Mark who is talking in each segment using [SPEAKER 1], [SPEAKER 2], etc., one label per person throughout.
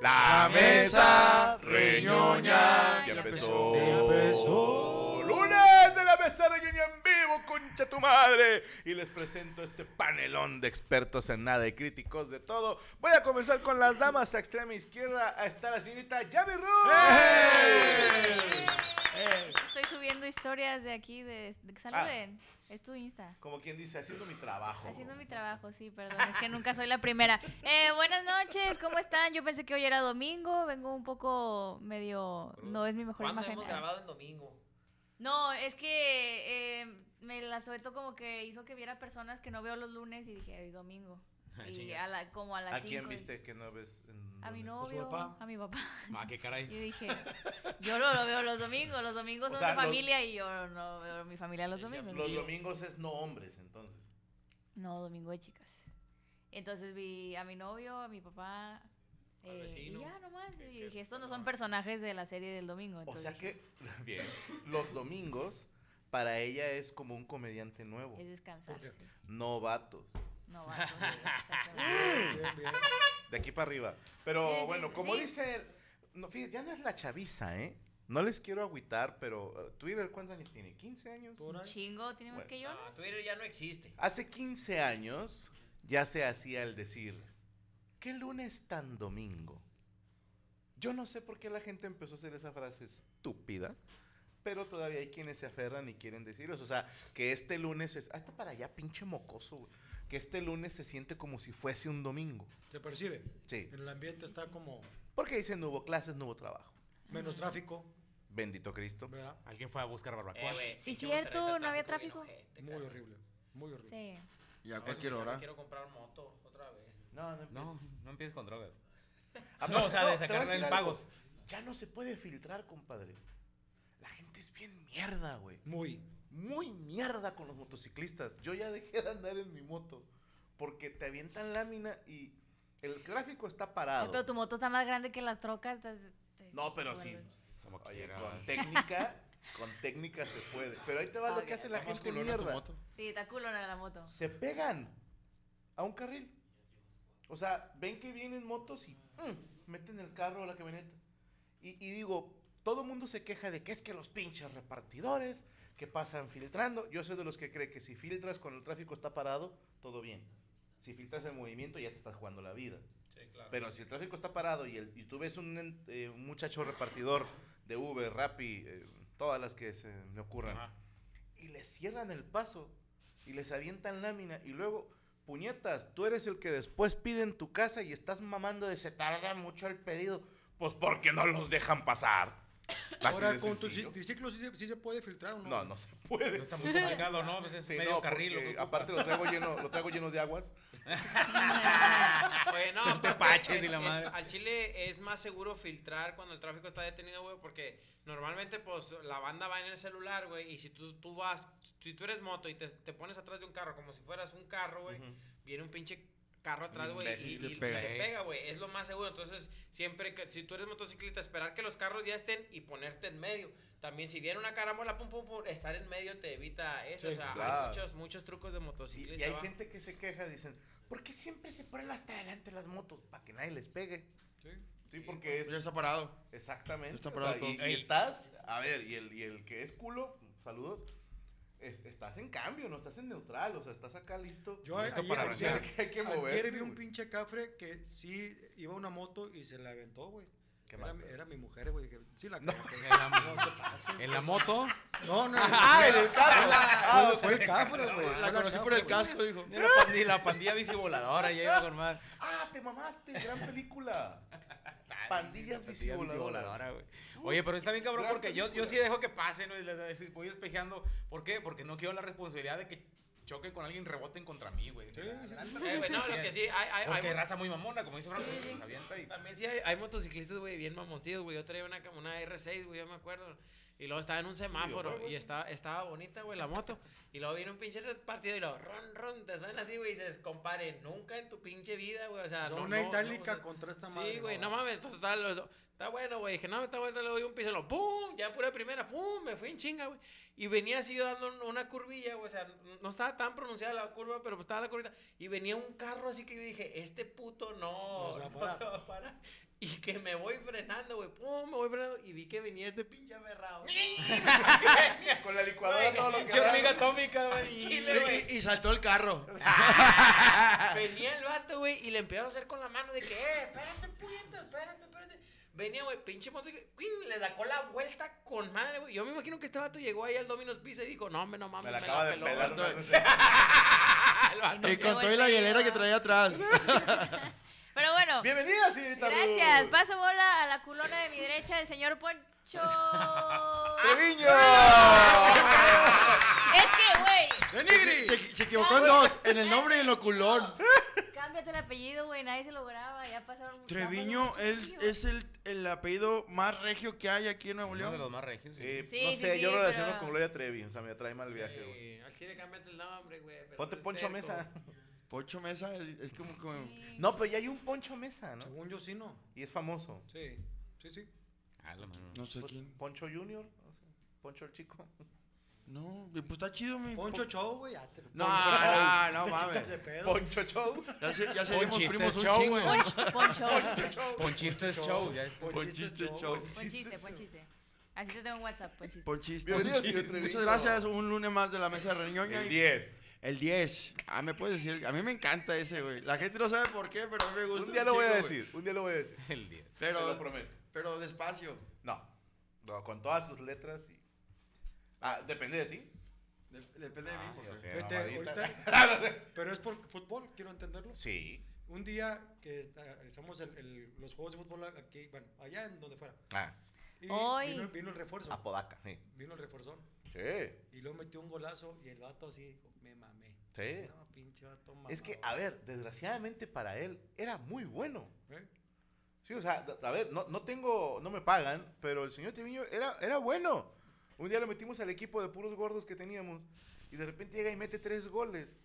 [SPEAKER 1] La mesa reñoña ya empezó. Lunes de la mesa reñoña en vivo, concha tu madre. Y les presento este panelón de expertos en nada y críticos de todo. Voy a comenzar con las damas a extrema izquierda. A estar la señorita Yavi Ruiz.
[SPEAKER 2] Estoy subiendo historias de aquí, de, de que saluden. Es tu Insta.
[SPEAKER 1] Como quien dice, haciendo mi trabajo.
[SPEAKER 2] Haciendo mi trabajo, sí, perdón. Es que nunca soy la primera. Eh, buenas noches, ¿cómo están? Yo pensé que hoy era domingo. Vengo un poco medio. No es mi mejor
[SPEAKER 3] ¿Cuándo
[SPEAKER 2] imagen.
[SPEAKER 3] hemos grabado el domingo?
[SPEAKER 2] No, es que eh, me la suelto como que hizo que viera personas que no veo los lunes y dije, es domingo.
[SPEAKER 4] Ah,
[SPEAKER 2] Y
[SPEAKER 4] chinga.
[SPEAKER 2] a la, como a las
[SPEAKER 1] ¿A quién
[SPEAKER 2] cinco y-
[SPEAKER 1] viste que no ves? en
[SPEAKER 2] A mi
[SPEAKER 1] lunes?
[SPEAKER 2] novio,
[SPEAKER 4] papá?
[SPEAKER 2] a mi papá.
[SPEAKER 4] Ah, qué
[SPEAKER 2] Yo
[SPEAKER 4] caray.
[SPEAKER 2] dije, yo no lo veo los domingos, los domingos
[SPEAKER 1] O
[SPEAKER 2] son
[SPEAKER 1] sea,
[SPEAKER 2] de
[SPEAKER 1] los-
[SPEAKER 2] familia y yo no veo a mi familia los
[SPEAKER 4] Sí, sí,
[SPEAKER 2] domingos.
[SPEAKER 1] Los domingos es no hombres, entonces.
[SPEAKER 2] No, domingo de chicas. Entonces vi a mi novio, a mi papá.
[SPEAKER 3] Al
[SPEAKER 2] eh,
[SPEAKER 3] vecino.
[SPEAKER 2] y ya nomás.
[SPEAKER 3] Que-
[SPEAKER 2] Y
[SPEAKER 3] que-
[SPEAKER 2] dije, estos no son personajes de la serie del domingo.
[SPEAKER 1] O
[SPEAKER 2] entonces
[SPEAKER 1] sea
[SPEAKER 2] dije,
[SPEAKER 1] que, bien, los domingos para ella es como un comediante nuevo.
[SPEAKER 2] Es descansar.
[SPEAKER 4] ¿Por qué?
[SPEAKER 2] sí.
[SPEAKER 1] Novatos.
[SPEAKER 2] No va. entonces, exactamente.
[SPEAKER 1] De aquí para arriba. Pero
[SPEAKER 2] Sí, sí,
[SPEAKER 1] bueno, como
[SPEAKER 2] sí.
[SPEAKER 1] dice. No, fíjate, ya no es la chaviza, ¿eh? No les quiero agüitar, pero eh, Twitter, ¿cuántos años tiene? ¿15 años?
[SPEAKER 4] Por
[SPEAKER 2] Un
[SPEAKER 4] ahí.
[SPEAKER 2] Chingo, tiene más
[SPEAKER 1] Bueno.
[SPEAKER 2] que yo. ¿no?
[SPEAKER 3] No, Twitter ya no existe.
[SPEAKER 1] Hace 15 años ya se hacía el decir, ¿qué lunes tan domingo? Yo no sé por qué la gente empezó a hacer esa frase estúpida, pero todavía hay quienes se aferran y quieren decirlos. O sea, que este lunes es... Hasta para allá, pinche mocoso, güey. Que este lunes se siente como si fuese un domingo.
[SPEAKER 4] Se percibe.
[SPEAKER 1] Sí.
[SPEAKER 4] En el ambiente
[SPEAKER 2] Sí, sí,
[SPEAKER 4] está
[SPEAKER 2] sí.
[SPEAKER 4] como
[SPEAKER 1] Porque dicen, no hubo clases, no hubo trabajo.
[SPEAKER 4] menos tráfico,
[SPEAKER 1] Bendito Cristo.
[SPEAKER 4] ¿verdad?
[SPEAKER 5] Alguien fue a buscar barbacoa.
[SPEAKER 3] Eh, güey,
[SPEAKER 2] Sí,
[SPEAKER 3] pinche
[SPEAKER 2] cierto,
[SPEAKER 3] Monterrey,
[SPEAKER 2] no había
[SPEAKER 3] bien
[SPEAKER 2] tráfico.
[SPEAKER 3] ojete,
[SPEAKER 4] Muy
[SPEAKER 3] cara.
[SPEAKER 4] horrible. Muy horrible.
[SPEAKER 2] Sí.
[SPEAKER 6] Y a
[SPEAKER 3] No,
[SPEAKER 6] cualquier
[SPEAKER 3] sí, yo me
[SPEAKER 6] hora.
[SPEAKER 3] Quiero comprar moto otra vez.
[SPEAKER 1] No, no
[SPEAKER 5] No,
[SPEAKER 1] empieces.
[SPEAKER 5] no empieces con drogas.
[SPEAKER 1] Ah,
[SPEAKER 5] No, o
[SPEAKER 1] te
[SPEAKER 5] sea, de
[SPEAKER 1] voy a
[SPEAKER 5] sacar
[SPEAKER 1] decir
[SPEAKER 5] en
[SPEAKER 1] algo.
[SPEAKER 5] pagos.
[SPEAKER 1] Ya no se puede filtrar, compadre. La gente es bien mierda, güey.
[SPEAKER 4] Muy.
[SPEAKER 1] muy mierda con los motociclistas. Yo ya dejé de andar en mi moto porque te avientan lámina y el gráfico está
[SPEAKER 2] Ay,
[SPEAKER 1] parado.
[SPEAKER 2] Pero tu moto está más grande que las trocas. estás- estás-
[SPEAKER 1] Ah, No, pero sí.
[SPEAKER 2] Bueno,
[SPEAKER 5] Como
[SPEAKER 1] Oye,
[SPEAKER 5] quiera.
[SPEAKER 1] con técnica, con técnica se puede. Pero ahí te va lo
[SPEAKER 2] Ok,
[SPEAKER 1] que hace la
[SPEAKER 6] Está más
[SPEAKER 1] gente
[SPEAKER 6] culona tu
[SPEAKER 1] mierda.
[SPEAKER 6] moto.
[SPEAKER 2] Sí, está culona la moto.
[SPEAKER 1] Se pegan a un carril. O sea, ven que vienen motos y mm, meten el carro a la camioneta. Y, y digo, todo el mundo se queja de que es que los pinches repartidores que pasan filtrando. Yo soy de los que cree que si filtras cuando el tráfico está parado, todo bien. Si filtras el movimiento, ya te estás jugando la vida.
[SPEAKER 3] Sí, claro.
[SPEAKER 1] Pero si el tráfico está parado y, el- y tú ves un, en- eh, un muchacho repartidor de Uber, Rappi, eh, todas las que se me ocurran,
[SPEAKER 5] Ajá.
[SPEAKER 1] y les cierran el paso y les avientan lámina y luego, puñetas, tú eres el que después pide en tu casa y estás mamando de se tarda mucho el pedido. Pues porque no los dejan pasar. Así
[SPEAKER 4] Ahora
[SPEAKER 1] de
[SPEAKER 4] con tu
[SPEAKER 1] sencillo.
[SPEAKER 4] triciclo sí, se- sí se puede filtrar o no.
[SPEAKER 1] No, no se
[SPEAKER 5] No
[SPEAKER 1] puede.
[SPEAKER 5] está muy complicado, ¿no? Pues es
[SPEAKER 1] Sí,
[SPEAKER 5] medio
[SPEAKER 1] no,
[SPEAKER 5] carril.
[SPEAKER 1] porque
[SPEAKER 5] lo que ocupa.
[SPEAKER 1] aparte lo traigo lleno, lo traigo lleno de aguas.
[SPEAKER 2] Ah,
[SPEAKER 3] Oye, no,
[SPEAKER 5] Te
[SPEAKER 3] aparte,
[SPEAKER 5] paches
[SPEAKER 3] es-
[SPEAKER 5] y la
[SPEAKER 3] es-
[SPEAKER 5] madre.
[SPEAKER 3] al Chile es más seguro filtrar cuando el tráfico está detenido, güey, porque normalmente, pues, la banda va en el celular, güey, y si tú, tú vas, si tú eres moto y te, te pones atrás de un carro como si fueras un carro, güey,
[SPEAKER 1] Ujú.
[SPEAKER 3] viene un pinche carro atrás, güey, y,
[SPEAKER 6] Imbécil, te
[SPEAKER 3] y
[SPEAKER 6] pega.
[SPEAKER 3] te pega, güey, es lo más seguro. Entonces, siempre que, si tú eres motociclista, esperar que los carros ya estén y ponerte en medio. También, si viene una carambola, pum, pum, pum, estar en medio te evita eso.
[SPEAKER 4] Sí,
[SPEAKER 3] o sea,
[SPEAKER 1] claro.
[SPEAKER 3] hay muchos, muchos trucos de
[SPEAKER 1] Y,
[SPEAKER 3] motociclista.
[SPEAKER 1] y hay
[SPEAKER 3] ¿va?
[SPEAKER 1] gente que se queja, dicen, ¿por qué siempre se ponen hasta adelante las motos? Para que nadie les pegue.
[SPEAKER 4] Sí.
[SPEAKER 1] Sí,
[SPEAKER 3] Sí,
[SPEAKER 1] porque
[SPEAKER 5] Pues
[SPEAKER 6] Ya
[SPEAKER 1] es...
[SPEAKER 6] está parado.
[SPEAKER 1] Exactamente.
[SPEAKER 6] Está
[SPEAKER 1] o
[SPEAKER 6] parado
[SPEAKER 1] sea,
[SPEAKER 6] todo.
[SPEAKER 1] y, y
[SPEAKER 5] Ey.
[SPEAKER 1] estás, a ver, y el, y el que es culo, saludos, es- estás en cambio, no estás en neutral, o sea, estás acá listo.
[SPEAKER 4] Yo a-
[SPEAKER 5] Listo
[SPEAKER 4] ayer,
[SPEAKER 5] para
[SPEAKER 1] O sea,
[SPEAKER 4] ayer,
[SPEAKER 1] que hay que moverse.
[SPEAKER 4] ayer vi un
[SPEAKER 1] güey.
[SPEAKER 4] pinche cafre que sí iba una moto y se la aventó, güey.
[SPEAKER 1] Qué
[SPEAKER 4] Era,
[SPEAKER 1] mal
[SPEAKER 4] mi-
[SPEAKER 1] pedo.
[SPEAKER 4] era mi mujer, güey. dije, Sí, la
[SPEAKER 1] No.
[SPEAKER 4] cagó,
[SPEAKER 5] En
[SPEAKER 4] güey.
[SPEAKER 5] la,
[SPEAKER 4] No te pases.
[SPEAKER 5] en la moto.
[SPEAKER 4] No, no.
[SPEAKER 1] Ah, en el carro. Ah,
[SPEAKER 4] Fue- Fue el cafre, güey.
[SPEAKER 6] La conocí por el casco, dijo.
[SPEAKER 5] Ni la pandilla, la pandilla bici voladora. Ya iba con mal.
[SPEAKER 1] ah, te mamaste, gran película. Pandillas
[SPEAKER 5] Pandilla bici voladora,
[SPEAKER 1] bicivoladoras.
[SPEAKER 5] güey. Oye, pero está bien cabrón
[SPEAKER 1] Gran
[SPEAKER 5] porque yo, yo
[SPEAKER 1] película.
[SPEAKER 5] sí dejo que pasen. ¿no? Y les- les Voy espejeando. ¿Por qué? Porque no quiero la responsabilidad de que choquen con alguien, reboten contra mí, güey.
[SPEAKER 4] Sí, sí, sí.
[SPEAKER 3] Eh, güey, no, lo que sí, hay, hay, hay
[SPEAKER 5] Porque hay
[SPEAKER 3] mo-
[SPEAKER 5] raza muy mamona, como dice Franco. pues, se avienta y...
[SPEAKER 3] También sí hay, hay motociclistas, güey, bien mamoncidos, güey. Yo traía una, cam- una R6, güey, yo me acuerdo. Y luego estaba en un semáforo
[SPEAKER 1] videojuego
[SPEAKER 3] y estaba, estaba bonita, güey, la moto. Y luego viene un pinche partido y luego, ron, ron, te suena así, güey, y dices, compadre, nunca en tu pinche vida, güey, o sea,
[SPEAKER 4] Son
[SPEAKER 3] no,
[SPEAKER 4] una
[SPEAKER 3] no, no,
[SPEAKER 4] itálica
[SPEAKER 3] o sea,
[SPEAKER 4] contra esta madre.
[SPEAKER 3] Sí, güey, no
[SPEAKER 4] va.
[SPEAKER 3] mames, entonces está, lo- está bueno, güey. Dije, no, está bueno, le doy un piso, lo pum, ya pura primera, pum, me fui en chinga, güey. Y venía así yo dando un- una curvilla, güey, o sea, no estaba tan pronunciada la curva, pero estaba la curvita. Y venía un carro así que yo dije, este puto no,
[SPEAKER 4] No se va a
[SPEAKER 3] no
[SPEAKER 4] parar.
[SPEAKER 3] se va a parar. Y que me voy frenando, güey. Pum, me voy frenando. Y vi que venía este pinche aberrado.
[SPEAKER 1] Con la licuadora todo lo que da.
[SPEAKER 5] hormiga atómica, güey.
[SPEAKER 3] Chile, güey.
[SPEAKER 4] Y, y- y saltó el carro.
[SPEAKER 1] Ah.
[SPEAKER 3] Venía el vato, güey, y le empezaba a hacer con la mano de que, eh, espérate, puñetas, espérate, espérate. Venía, güey, pinche moto, y, güey, le sacó la vuelta con madre, güey. Yo me imagino que este vato llegó ahí al Domino's Pizza y dijo, no, hombre, no mames,
[SPEAKER 1] Me la acaba de
[SPEAKER 3] peló,
[SPEAKER 1] pelar.
[SPEAKER 3] güey.
[SPEAKER 1] no sé.
[SPEAKER 3] El vato.
[SPEAKER 2] Qué
[SPEAKER 4] Y con toda la
[SPEAKER 2] bolsillo.
[SPEAKER 4] hielera que traía atrás.
[SPEAKER 2] Pero bueno,
[SPEAKER 1] Bienvenida, señorita Ruth.
[SPEAKER 2] gracias. Paso bola a la culona de mi derecha, el señor Poncho.
[SPEAKER 1] Treviño.
[SPEAKER 2] Es que, güey,
[SPEAKER 4] Se, se equivocó en dos, en el nombre y en lo culón.
[SPEAKER 2] cámbiate el apellido, güey, nadie se lo graba, ya pasaron muchos
[SPEAKER 4] Treviño es, es el, el apellido más regio que hay aquí en Nuevo
[SPEAKER 5] Uno de
[SPEAKER 4] León.
[SPEAKER 5] los más regios.
[SPEAKER 1] Sí,
[SPEAKER 2] Sí,
[SPEAKER 1] no
[SPEAKER 2] sí,
[SPEAKER 1] sé,
[SPEAKER 2] sí,
[SPEAKER 1] yo lo relaciono
[SPEAKER 2] pero-
[SPEAKER 1] con Gloria Trevi. O sea, me atrae mal el viaje, güey.
[SPEAKER 3] Sí, Al chile cámbiate el nombre, güey. pero
[SPEAKER 1] Ponte
[SPEAKER 3] no
[SPEAKER 1] Poncho
[SPEAKER 3] es cerco.
[SPEAKER 1] Mesa.
[SPEAKER 4] Pocho Mesa es, es como, como-
[SPEAKER 1] No, pero ya hay un Poncho Mesa, ¿no?
[SPEAKER 4] Según yo sí, no.
[SPEAKER 1] Y es famoso.
[SPEAKER 4] Sí, sí, sí.
[SPEAKER 5] Ah, la mano.
[SPEAKER 4] No sé
[SPEAKER 1] Pues,
[SPEAKER 4] quién.
[SPEAKER 1] Poncho Junior. o sea, Poncho el chico.
[SPEAKER 4] No, pues está chido, mi.
[SPEAKER 6] Poncho Show, güey. ya te-
[SPEAKER 4] No,
[SPEAKER 1] Poncho
[SPEAKER 4] no, no
[SPEAKER 6] Quítate
[SPEAKER 4] mames.
[SPEAKER 6] de pedo.
[SPEAKER 1] Poncho Show.
[SPEAKER 4] Ya, se, ya seríamos
[SPEAKER 5] Ponchiste
[SPEAKER 4] primos un
[SPEAKER 5] show,
[SPEAKER 4] chingo.
[SPEAKER 5] güey.
[SPEAKER 2] Poncho,
[SPEAKER 1] Poncho Show.
[SPEAKER 5] Ponchistes show. ya está.
[SPEAKER 4] Ponchiste
[SPEAKER 6] Ponchiste
[SPEAKER 4] show.
[SPEAKER 2] ponchiste, ponchiste. Así te tengo en WhatsApp, ponchiste.
[SPEAKER 4] Ponchiste.
[SPEAKER 1] Bienvenido,
[SPEAKER 4] Ponchiste.
[SPEAKER 1] señor Treviño.
[SPEAKER 4] Muchas gracias. Un lunes más de la mesa de Reñoña.
[SPEAKER 1] El
[SPEAKER 4] y-
[SPEAKER 1] 10.
[SPEAKER 4] El 10. Ah, me puedes decir. A mí me encanta ese, güey. La gente no sabe por qué, pero a mí me gusta.
[SPEAKER 1] Un día lo voy a
[SPEAKER 4] chingo, güey.
[SPEAKER 1] decir. Un día lo voy a decir.
[SPEAKER 5] El 10.
[SPEAKER 1] Te
[SPEAKER 4] Pero,
[SPEAKER 1] lo prometo.
[SPEAKER 4] pero despacio.
[SPEAKER 1] No. No, con todas sus letras y. Ah, depende de ti.
[SPEAKER 4] De- depende de mí.
[SPEAKER 5] Ah,
[SPEAKER 4] porque-
[SPEAKER 5] ok.
[SPEAKER 6] Vete, ahorita-
[SPEAKER 1] Mamadita.
[SPEAKER 6] Pero es por fútbol, quiero entenderlo.
[SPEAKER 1] sí.
[SPEAKER 6] Un día que está- realizamos el- el- los juegos de fútbol aquí, bueno, allá en donde fuera.
[SPEAKER 1] Ah,
[SPEAKER 6] Y
[SPEAKER 2] Hoy.
[SPEAKER 6] vino, vino el refuerzo.
[SPEAKER 1] Apodaca. Sí.
[SPEAKER 6] Vino el refuerzón.
[SPEAKER 1] Sí.
[SPEAKER 6] Y luego metió un golazo y el vato así dijo, me mamé.
[SPEAKER 1] Sí.
[SPEAKER 6] No, pinche vato
[SPEAKER 1] Es que,
[SPEAKER 6] mamador.
[SPEAKER 1] a ver, desgraciadamente para él era muy bueno.
[SPEAKER 6] ¿Eh?
[SPEAKER 1] Sí, o sea, a ver, no, no tengo, no me pagan, pero el señor Treviño era, era bueno. Un día lo metimos al equipo de puros gordos que teníamos y de repente llega y mete tres goles.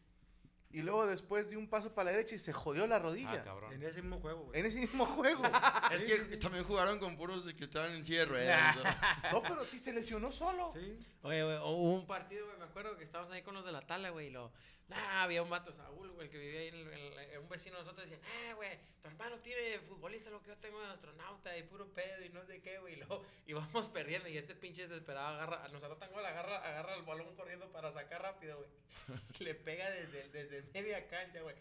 [SPEAKER 1] Y luego después dio un paso para la derecha y se jodió la
[SPEAKER 5] Ah,
[SPEAKER 1] rodilla.
[SPEAKER 5] cabrón.
[SPEAKER 6] En ese mismo juego, güey.
[SPEAKER 1] en ah, ese mismo juego.
[SPEAKER 4] Es que también jugaron con puros de que estaban en silla de ruedas, o sea.
[SPEAKER 1] No, pero sí se lesionó solo.
[SPEAKER 6] Sí.
[SPEAKER 3] Oye, güey, hubo un partido, güey, me acuerdo que estábamos ahí con los de la tala, güey, y lo... Nah, había un vato, Saúl, güey, el que vivía ahí, en el- en el- un vecino de nosotros, decía, eh, güey, tu hermano tiene futbolista, lo que yo tengo de astronauta, y puro pedo, y no sé qué, güey, y luego íbamos perdiendo, y este pinche desesperado agarra, nos anotan gol, agarra, agarra el balón corriendo para sacar rápido, güey, y le pega desde, desde media cancha, güey.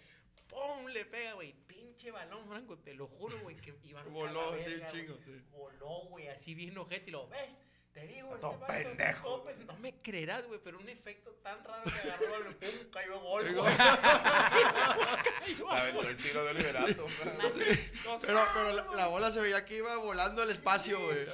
[SPEAKER 3] ¡Pum! Le pega, güey. Pinche balón, Franco, te lo juro, güey, que Iván
[SPEAKER 4] Voló, sí,
[SPEAKER 3] Calaverga,
[SPEAKER 4] un
[SPEAKER 3] güey,
[SPEAKER 4] chingo, sí.
[SPEAKER 3] Voló, güey, así bien ojete y lo ves. Te digo,
[SPEAKER 1] Todo
[SPEAKER 3] ese vato,
[SPEAKER 1] pendejo.
[SPEAKER 3] todo pen- No me creerás, güey, pero un efecto tan raro que agarró el pum, cayó gol,
[SPEAKER 4] Digo,
[SPEAKER 3] güey.
[SPEAKER 1] Aventó el tiro de Oliverato.
[SPEAKER 3] Nos
[SPEAKER 4] Pero, pero la,
[SPEAKER 3] vamos.
[SPEAKER 4] la bola se veía que iba volando al espacio, güey.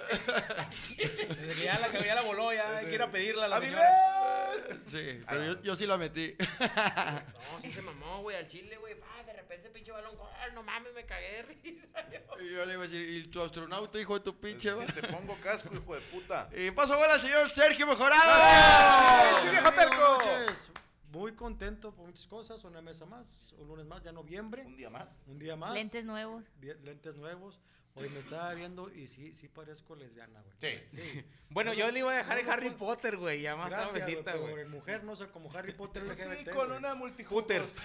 [SPEAKER 5] Desde que ya la, que ya la voló, ya hay que ir a pedirla a la señora.
[SPEAKER 1] ¡Avilés!
[SPEAKER 4] Sí, pero
[SPEAKER 1] Ah.
[SPEAKER 4] yo, yo sí la metí.
[SPEAKER 3] No, sí se mamó, güey, al chile, güey. Va, de repente pinche balón, gol, no mames, me cagué de risa. yo.
[SPEAKER 4] Y yo le iba a decir, ¿y tu astronauta, hijo de tu pinche? va?"
[SPEAKER 1] Te pongo casco, hijo de puta.
[SPEAKER 4] Y paso bola al señor Sergio Mejorado.
[SPEAKER 1] ¡Chile
[SPEAKER 6] Buenas
[SPEAKER 1] Jotelco!
[SPEAKER 6] noches. Muy contento por muchas cosas. Una mesa más, un lunes más, ya noviembre.
[SPEAKER 1] Un día más.
[SPEAKER 6] Un día más.
[SPEAKER 2] Lentes nuevos.
[SPEAKER 6] Die- Lentes nuevos. Hoy me estaba viendo y sí, sí parezco lesbiana, güey.
[SPEAKER 1] Sí.
[SPEAKER 5] Bueno, yo le iba a dejar en
[SPEAKER 6] No, no
[SPEAKER 5] Harry
[SPEAKER 6] puedo.
[SPEAKER 5] Potter, güey. Ya más
[SPEAKER 6] Gracias, güey,
[SPEAKER 5] tardecita,
[SPEAKER 6] pero
[SPEAKER 5] güey.
[SPEAKER 6] mujer, no sé, como Harry Potter.
[SPEAKER 1] Sí,
[SPEAKER 6] LGBT,
[SPEAKER 1] con
[SPEAKER 6] güey.
[SPEAKER 1] una
[SPEAKER 5] Puter.
[SPEAKER 1] multijugos.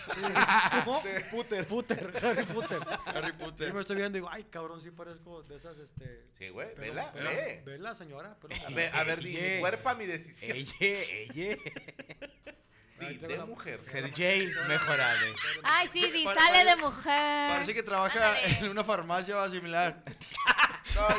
[SPEAKER 6] ¿Cómo?
[SPEAKER 5] Puter.
[SPEAKER 6] Potter, Harry Potter.
[SPEAKER 4] Harry
[SPEAKER 6] Yo
[SPEAKER 4] Potter.
[SPEAKER 6] me estoy viendo y digo, ay, cabrón, sí parezco de esas, este...
[SPEAKER 1] Sí, güey,
[SPEAKER 6] pelo-
[SPEAKER 1] vela,
[SPEAKER 6] pelo-
[SPEAKER 1] ve.
[SPEAKER 6] Vela, señora. pelo-
[SPEAKER 1] A ver, a ver, di
[SPEAKER 5] Yeah.
[SPEAKER 1] mi cuerpo a mi decisión.
[SPEAKER 5] Ella, ella.
[SPEAKER 1] Di, de mujer.
[SPEAKER 5] Sergey mejorado.
[SPEAKER 2] Ay, sí, di,
[SPEAKER 4] Pare-
[SPEAKER 2] sale de
[SPEAKER 4] parece-
[SPEAKER 2] mujer.
[SPEAKER 4] Parece que trabaja
[SPEAKER 2] Ándale.
[SPEAKER 4] en una farmacia o similar.
[SPEAKER 1] No, yo,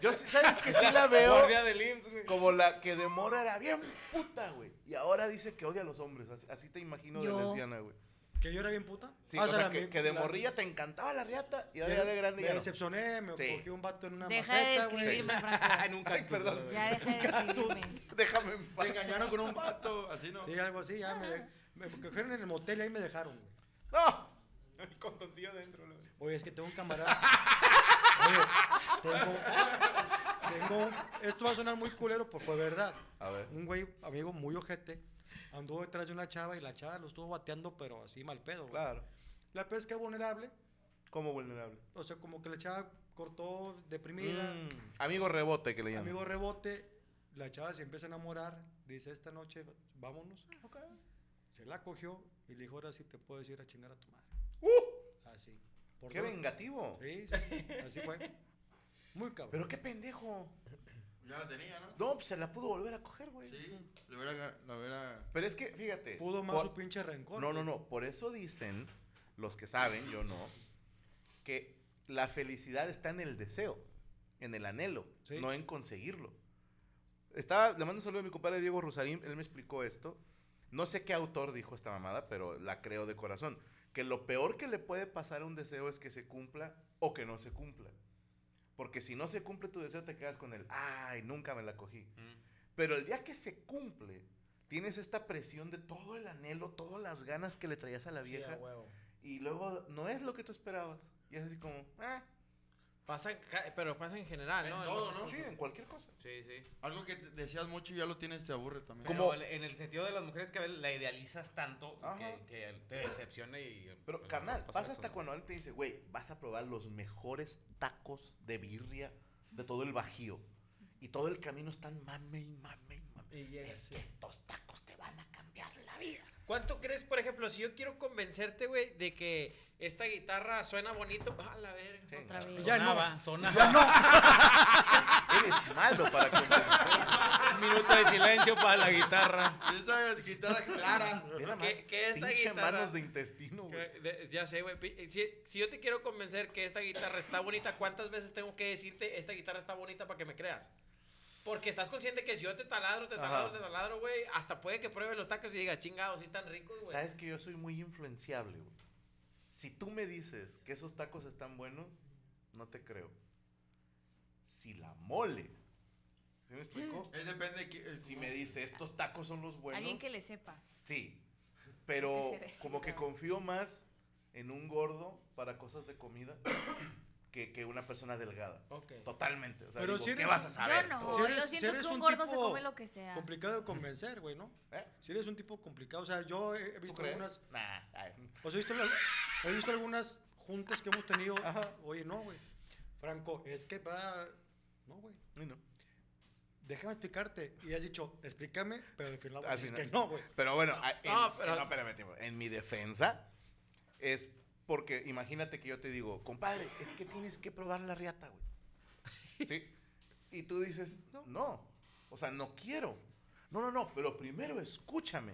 [SPEAKER 1] yo sí- sabes que sí la
[SPEAKER 5] Guardia
[SPEAKER 1] veo
[SPEAKER 5] del IMSS, güey.
[SPEAKER 1] como la que de Mora era bien puta, güey. Y ahora dice que odia a los hombres. Así, así te imagino
[SPEAKER 2] Yo.
[SPEAKER 1] de lesbiana, güey.
[SPEAKER 6] ¿Que yo era bien puta?
[SPEAKER 1] Sí,
[SPEAKER 6] Ah,
[SPEAKER 1] o sea,
[SPEAKER 6] la-
[SPEAKER 1] que,
[SPEAKER 6] mi-
[SPEAKER 1] que de
[SPEAKER 6] la-
[SPEAKER 1] morrilla te encantaba la riata y ahora
[SPEAKER 6] me-
[SPEAKER 1] ya de grande
[SPEAKER 6] Me
[SPEAKER 1] ya no.
[SPEAKER 6] decepcioné, me
[SPEAKER 1] Sí.
[SPEAKER 6] cogí un vato en una
[SPEAKER 2] Deja de
[SPEAKER 6] maceta, güey.
[SPEAKER 2] describirme, Franco.
[SPEAKER 5] En un cactus.
[SPEAKER 1] perdón.
[SPEAKER 5] güey.
[SPEAKER 2] Ya deja de describirme.
[SPEAKER 1] Déjame en
[SPEAKER 4] Te
[SPEAKER 1] paz.
[SPEAKER 4] engañaron con un vato, así no.
[SPEAKER 6] Sí, algo así, ya me, de- me cogieron en el motel y ahí me dejaron, güey.
[SPEAKER 1] No.
[SPEAKER 5] El condoncillo dentro, güey.
[SPEAKER 6] Oye, es que tengo un camarada. Oye, tengo, tengo. Esto va a sonar muy culero, pero fue verdad.
[SPEAKER 1] A ver.
[SPEAKER 6] Un güey, amigo muy ojete, anduvo detrás de una chava y la chava lo estuvo bateando, pero así mal pedo. güey.
[SPEAKER 1] Claro.
[SPEAKER 6] La pesca vulnerable,
[SPEAKER 1] Como vulnerable.
[SPEAKER 6] o sea, como que la chava cortó deprimida,
[SPEAKER 1] Mm, Amigo rebote que le llaman.
[SPEAKER 6] amigo rebote, la chava se empieza a enamorar, dice esta noche, vámonos.
[SPEAKER 3] Ah,
[SPEAKER 6] Se la cogió y le dijo, ahora sí te puedes ir a chingar a tu madre.
[SPEAKER 1] ¡Uh!
[SPEAKER 6] Así. Por
[SPEAKER 1] Qué
[SPEAKER 6] dos.
[SPEAKER 1] vengativo.
[SPEAKER 6] Sí, sí, así fue. Muy cabrón.
[SPEAKER 1] Pero qué pendejo.
[SPEAKER 4] Ya la tenía, ¿no?
[SPEAKER 1] No, pues se la pudo volver a coger, güey.
[SPEAKER 4] Sí, lo hubiera... Lo hubiera...
[SPEAKER 1] Pero es que, fíjate.
[SPEAKER 6] Pudo más
[SPEAKER 1] por-
[SPEAKER 6] su pinche rencor.
[SPEAKER 1] No, no,
[SPEAKER 6] güey.
[SPEAKER 1] no. Por eso dicen, los que saben, yo no, que la felicidad está en el deseo, en el anhelo,
[SPEAKER 6] Sí.
[SPEAKER 1] no en conseguirlo. Estaba, le mando un saludo a mi compadre Diego Rosarín, él me explicó esto. No sé qué autor dijo esta mamada, pero la creo de corazón. Que lo peor que le puede pasar a un deseo es que se cumpla o que no se cumpla. Porque si no se cumple tu deseo, te quedas con el, ay, nunca me la cogí. Pero el día que se cumple, tienes esta presión de todo el anhelo, todas las ganas que le traías a la
[SPEAKER 6] Sí, a
[SPEAKER 3] ah,
[SPEAKER 1] vieja.
[SPEAKER 6] huevo.
[SPEAKER 1] y luego no es lo que tú esperabas. Y es así como, ah,
[SPEAKER 3] Pasa, ca- pero pasa en general,
[SPEAKER 4] En
[SPEAKER 3] ¿no?
[SPEAKER 4] todo,
[SPEAKER 3] muchas
[SPEAKER 4] ¿no?
[SPEAKER 3] cosas.
[SPEAKER 1] sí, en cualquier cosa.
[SPEAKER 3] Sí, sí.
[SPEAKER 4] Algo que te- decías mucho y ya lo tienes, te aburre también.
[SPEAKER 1] ¿Cómo?
[SPEAKER 5] Como en el sentido de las mujeres que a veces la idealizas tanto
[SPEAKER 1] Ajá.
[SPEAKER 5] que, que te decepciona y.
[SPEAKER 1] Pero,
[SPEAKER 5] pues,
[SPEAKER 1] carnal,
[SPEAKER 5] pasa
[SPEAKER 1] pasa
[SPEAKER 5] eso,
[SPEAKER 1] hasta
[SPEAKER 5] ¿no?
[SPEAKER 1] cuando alguien te dice, güey, vas a probar los mejores tacos de birria de todo el bajío. Y todo el camino están mame y mame y mame.
[SPEAKER 3] Y llega,
[SPEAKER 1] es
[SPEAKER 3] sí.
[SPEAKER 1] que estos tacos te van a cambiar la vida.
[SPEAKER 3] ¿Cuánto crees, por ejemplo, si yo quiero convencerte, güey, de que esta guitarra suena bonito? A la verga.
[SPEAKER 1] Sí.
[SPEAKER 2] Otra vez.
[SPEAKER 6] Ya
[SPEAKER 3] Sonaba,
[SPEAKER 6] no.
[SPEAKER 5] sonaba.
[SPEAKER 6] Ya no.
[SPEAKER 1] Eres malo para convencer.
[SPEAKER 5] Un minuto de silencio para la guitarra.
[SPEAKER 4] Esta guitarra clara.
[SPEAKER 1] Era
[SPEAKER 3] Que-
[SPEAKER 1] más
[SPEAKER 3] que esta
[SPEAKER 1] pinche
[SPEAKER 3] guitarra-
[SPEAKER 1] manos de intestino, güey.
[SPEAKER 3] Que- de- Ya sé, güey. pi- Si, si yo te quiero convencer que esta guitarra está bonita, ¿cuántas veces tengo que decirte esta guitarra está bonita para que me creas? Porque estás consciente que si yo te taladro, te
[SPEAKER 1] Ajá.
[SPEAKER 3] taladro, te taladro, güey, hasta puede que pruebe los tacos y diga, chingados, sí están ricos,
[SPEAKER 2] Pues.
[SPEAKER 3] güey.
[SPEAKER 1] Sabes que yo soy muy influenciable, güey. Si tú me dices que esos tacos están buenos, no te creo. Si la mole. ¿Sí me explico?
[SPEAKER 4] Es depende de eh, qué-
[SPEAKER 1] Si me dice, estos tacos son los buenos.
[SPEAKER 2] Alguien que le sepa.
[SPEAKER 1] Sí. Pero
[SPEAKER 2] Que se ve.
[SPEAKER 1] como que confío más en un gordo para cosas de comida que, que una persona delgada.
[SPEAKER 3] Ok.
[SPEAKER 1] Totalmente. O sea,
[SPEAKER 6] Pero
[SPEAKER 1] digo,
[SPEAKER 6] si
[SPEAKER 1] ¿qué
[SPEAKER 6] eres-
[SPEAKER 1] vas a
[SPEAKER 2] Yo
[SPEAKER 1] saber?
[SPEAKER 2] no.
[SPEAKER 1] tú?
[SPEAKER 6] Si eres-
[SPEAKER 2] yo
[SPEAKER 6] si
[SPEAKER 2] siento
[SPEAKER 6] eres
[SPEAKER 2] que un
[SPEAKER 6] un
[SPEAKER 2] gordo se
[SPEAKER 6] tipo
[SPEAKER 2] come lo que sea.
[SPEAKER 6] Complicado de convencer, güey, ¿no?
[SPEAKER 1] ¿Eh?
[SPEAKER 6] Si eres un tipo complicado. O sea, yo he he
[SPEAKER 1] ¿Tú
[SPEAKER 6] visto
[SPEAKER 1] crees?
[SPEAKER 6] algunas.
[SPEAKER 1] Nah, ay,
[SPEAKER 6] O sea, he Pues, visto, la- he visto algunas juntas que hemos tenido. Oye, no, güey. Franco, es que va. No, güey.
[SPEAKER 1] y no.
[SPEAKER 6] Déjame explicarte. Y has dicho, explícame, pero al final,
[SPEAKER 1] Al
[SPEAKER 6] pues, es
[SPEAKER 1] final.
[SPEAKER 6] que no, güey.
[SPEAKER 1] Pero bueno, a- en,
[SPEAKER 3] No, pero-
[SPEAKER 1] en- no, espérame, tiempo. En mi defensa es porque imagínate que yo te digo, compadre, es que tienes que probar la riata, güey. ¿Sí? Y tú dices, no, no. O sea, no quiero. No, no, no, pero primero escúchame.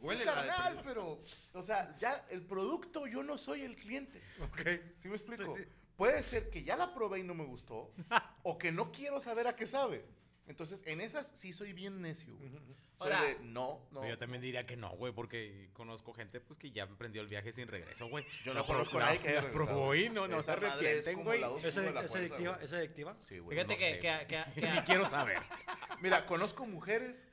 [SPEAKER 1] Huele
[SPEAKER 4] Huele
[SPEAKER 1] sí,
[SPEAKER 4] la de
[SPEAKER 1] carnal, pero, o sea, ya el producto, yo no soy el cliente.
[SPEAKER 6] Ok.
[SPEAKER 1] ¿Sí me explico?
[SPEAKER 3] Pues
[SPEAKER 6] Sí, sí.
[SPEAKER 1] Puede ser que ya la probé y no me gustó, o que no quiero saber a qué sabe. Entonces, en esas sí soy bien necio. güey. Soy
[SPEAKER 3] Ahora-
[SPEAKER 1] de, no, no.
[SPEAKER 5] Pero Yo también diría que no, güey, porque conozco gente pues que ya emprendió el viaje sin regreso, güey.
[SPEAKER 1] Yo no
[SPEAKER 5] La pro-
[SPEAKER 1] conozco a
[SPEAKER 5] la-
[SPEAKER 1] nadie que haya
[SPEAKER 5] la
[SPEAKER 1] regresado.
[SPEAKER 5] probó y no, no se
[SPEAKER 1] Esa madre es
[SPEAKER 5] arrepienten,
[SPEAKER 1] como
[SPEAKER 5] güey.
[SPEAKER 1] la voz
[SPEAKER 6] ¿Es,
[SPEAKER 1] como de la
[SPEAKER 6] es
[SPEAKER 1] fuerza,
[SPEAKER 6] adictiva?
[SPEAKER 1] güey.
[SPEAKER 6] ¿Es adictiva?
[SPEAKER 1] Sí, güey,
[SPEAKER 3] Fíjate
[SPEAKER 5] no
[SPEAKER 3] que,
[SPEAKER 5] sé,
[SPEAKER 3] que, que- que-
[SPEAKER 5] Ni quiero saber.
[SPEAKER 1] no. Mira, conozco mujeres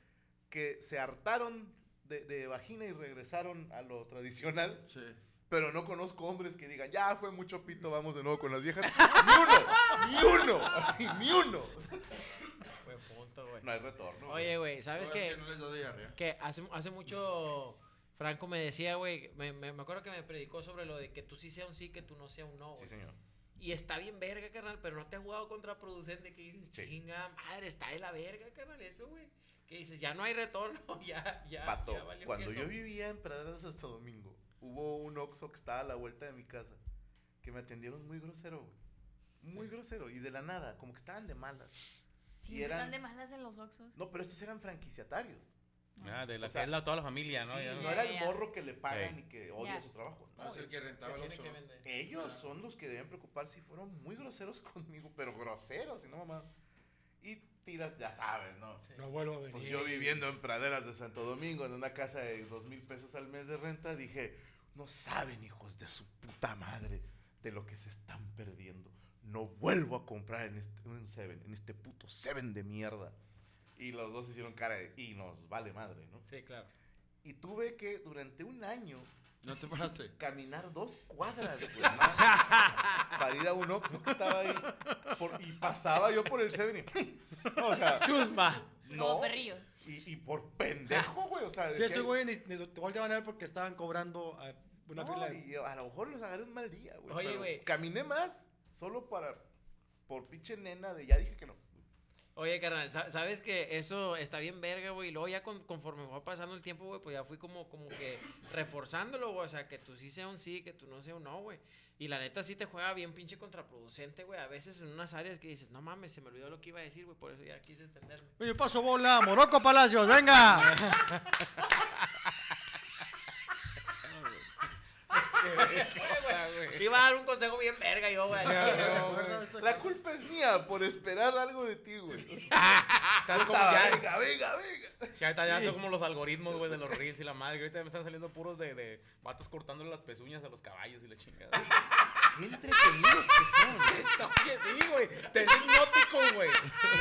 [SPEAKER 1] que se hartaron de, de vagina y regresaron a lo tradicional,
[SPEAKER 4] Sí.
[SPEAKER 1] pero no conozco hombres que digan, ya fue mucho pito, vamos de nuevo con las viejas. ¡Ni uno! ¡Ni uno! Así, ¡Ni uno!
[SPEAKER 3] Buen punto, güey.
[SPEAKER 1] No hay retorno.
[SPEAKER 3] Oye, güey, ¿sabes
[SPEAKER 4] Igual
[SPEAKER 3] qué?
[SPEAKER 4] que no les da diarrea.
[SPEAKER 3] Que hace, hace mucho Franco me decía, güey, me, me- me acuerdo que me predicó sobre lo de que tú sí sea un sí, que tú no sea un no,
[SPEAKER 1] Sí,
[SPEAKER 3] güey.
[SPEAKER 1] señor.
[SPEAKER 3] Y está bien verga, carnal, pero no te ha jugado contraproducente que dices,
[SPEAKER 1] Sí.
[SPEAKER 3] chinga, madre, está de la verga, carnal, eso, güey. Que dices, ya no hay retorno, ya, ya.
[SPEAKER 1] Pato,
[SPEAKER 3] ya valió
[SPEAKER 1] cuando
[SPEAKER 3] queso".
[SPEAKER 1] yo vivía en Praderas hasta domingo, hubo un Oxxo que estaba a la vuelta de mi casa, que me atendieron muy grosero, güey. Muy grosero, y de la nada, como que estaban de malas.
[SPEAKER 2] Siempre
[SPEAKER 1] eran-
[SPEAKER 2] están de malas en los oxos.
[SPEAKER 1] No, pero estos eran franquiciatarios.
[SPEAKER 5] Ah, de la
[SPEAKER 1] O sea,
[SPEAKER 5] que es la, toda la familia, ¿no?
[SPEAKER 1] Sí,
[SPEAKER 5] Ya,
[SPEAKER 1] no,
[SPEAKER 2] Ya,
[SPEAKER 1] era
[SPEAKER 2] ya,
[SPEAKER 1] el
[SPEAKER 2] ya.
[SPEAKER 1] morro que le pagan
[SPEAKER 5] Ey.
[SPEAKER 1] y que odia
[SPEAKER 2] Ya.
[SPEAKER 1] su trabajo.
[SPEAKER 4] No, es el que
[SPEAKER 3] Que
[SPEAKER 4] rentaba el
[SPEAKER 3] Pues, tiene
[SPEAKER 4] Oxxo,
[SPEAKER 3] que
[SPEAKER 4] ¿no?
[SPEAKER 3] vender.
[SPEAKER 1] Ellos son los que deben preocuparse y fueron muy groseros conmigo, pero groseros, y no mamá. Y tiras, ya sabes, ¿no?
[SPEAKER 3] Sí.
[SPEAKER 6] No vuelvo a venir.
[SPEAKER 1] Pues yo viviendo en Praderas de Santo Domingo, en una casa de dos mil pesos al mes de renta, dije, no saben hijos de su puta madre de lo que se están perdiendo. No vuelvo a comprar en este, en un Seven, en este puto Seven de mierda. Y los dos hicieron cara de, y nos vale madre, ¿no?
[SPEAKER 3] Sí, claro.
[SPEAKER 1] Y tuve que durante un año
[SPEAKER 4] No te paraste.
[SPEAKER 1] caminar dos cuadras, güey, más, para ir a un Oxxo que estaba ahí. Por- y pasaba yo por el Seven y, o sea,
[SPEAKER 3] Chusma.
[SPEAKER 2] Como
[SPEAKER 1] no.
[SPEAKER 2] perrillo.
[SPEAKER 1] Y, y por pendejo, güey, o sea,
[SPEAKER 6] Sí,
[SPEAKER 1] decía,
[SPEAKER 6] estos güeyes ni, ni te volteaban a ver porque estaban cobrando ah, una
[SPEAKER 1] No,
[SPEAKER 6] fila. de-
[SPEAKER 1] y a lo mejor los agarré un mal día, güey.
[SPEAKER 3] Oye,
[SPEAKER 1] pero
[SPEAKER 3] güey.
[SPEAKER 1] Caminé más solo para. Por pinche nena de ya dije que no.
[SPEAKER 3] Oye, carnal, sa- ¿sabes que eso está bien verga, güey? Y luego ya con- conforme fue pasando el tiempo, güey, pues ya fui como, como que reforzándolo, güey. O sea, que tú sí sea un sí, que tú no sea un no, güey. Y la neta sí te juega bien pinche contraproducente, güey. A veces en unas áreas que dices, no mames, se me olvidó lo que iba a decir, güey. Por eso ya quise extenderme.
[SPEAKER 6] Mire, paso bola, Morocco Palacios, venga.
[SPEAKER 3] Te Iba a dar un consejo bien verga yo, güey.
[SPEAKER 1] La culpa es mía por esperar algo de ti, güey. O sea,
[SPEAKER 5] Estás como,
[SPEAKER 1] estaba,
[SPEAKER 5] ya,
[SPEAKER 1] venga, venga, venga.
[SPEAKER 5] ya, está- ya son como los algoritmos, güey, de los reels y la madre. que Ahorita me están saliendo puros de, de vatos cortándole las pezuñas a los caballos y la chingada.
[SPEAKER 1] Qué entretenidos que son.
[SPEAKER 5] Está bien, sí, güey. Te es hipnótico, güey.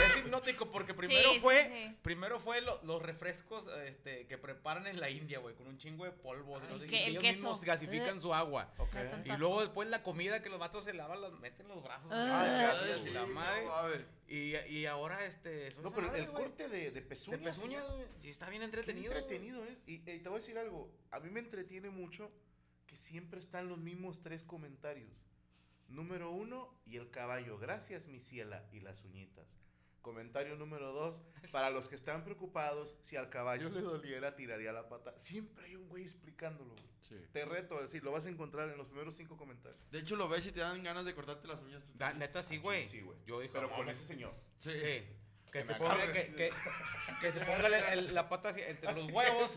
[SPEAKER 5] Es hipnótico porque primero
[SPEAKER 2] sí,
[SPEAKER 5] fue,
[SPEAKER 2] sí.
[SPEAKER 5] primero fue lo- los refrescos este, que preparan en la India, güey, con un chingo de polvos. no sé,
[SPEAKER 2] el
[SPEAKER 5] que
[SPEAKER 2] que- el
[SPEAKER 5] ellos
[SPEAKER 2] queso.
[SPEAKER 5] mismos gasifican su agua.
[SPEAKER 1] Ok.
[SPEAKER 5] Y luego después la comida que los vatos se lavan, los meten los brazos. en
[SPEAKER 2] Ah,
[SPEAKER 5] las
[SPEAKER 1] qué
[SPEAKER 5] caderas
[SPEAKER 1] asco,
[SPEAKER 5] y la
[SPEAKER 4] güey,
[SPEAKER 5] madre.
[SPEAKER 4] no, a ver.
[SPEAKER 5] y, y ahora este. son
[SPEAKER 1] No,
[SPEAKER 5] esas
[SPEAKER 1] pero
[SPEAKER 5] madres,
[SPEAKER 1] el
[SPEAKER 5] güey,
[SPEAKER 1] corte de, de
[SPEAKER 5] de
[SPEAKER 1] pezuñas.
[SPEAKER 5] pezuñas,
[SPEAKER 1] güey.
[SPEAKER 5] güey. Sí, está bien
[SPEAKER 1] Qué
[SPEAKER 5] entretenido. güey.
[SPEAKER 1] entretenido es. Y eh, te voy a decir algo. A mí me entretiene mucho que siempre están los mismos tres comentarios. Número uno, y el caballo. Gracias, mi ciela, y las uñitas. Comentario número dos, para los que están preocupados, si al caballo le doliera, tiraría la pata. Siempre hay un güey explicándolo, güey.
[SPEAKER 4] Sí.
[SPEAKER 1] Te reto a decir, lo vas a encontrar en los primeros cinco comentarios.
[SPEAKER 4] De hecho, lo ves y te dan ganas de cortarte las uñas. tú
[SPEAKER 5] Da-
[SPEAKER 4] también.
[SPEAKER 5] neta, sí, güey.
[SPEAKER 1] Ah, Sí, güey.
[SPEAKER 5] Yo dije,
[SPEAKER 1] Pero
[SPEAKER 5] no,
[SPEAKER 1] con
[SPEAKER 5] me-
[SPEAKER 1] ese señor.
[SPEAKER 4] Sí.
[SPEAKER 5] Sí. Que,
[SPEAKER 1] Que
[SPEAKER 5] te
[SPEAKER 1] me
[SPEAKER 5] ponga,
[SPEAKER 1] agarres.
[SPEAKER 5] que, que- que se ponga la, el- la pata hacia-
[SPEAKER 1] Ah,
[SPEAKER 5] entre los huevos.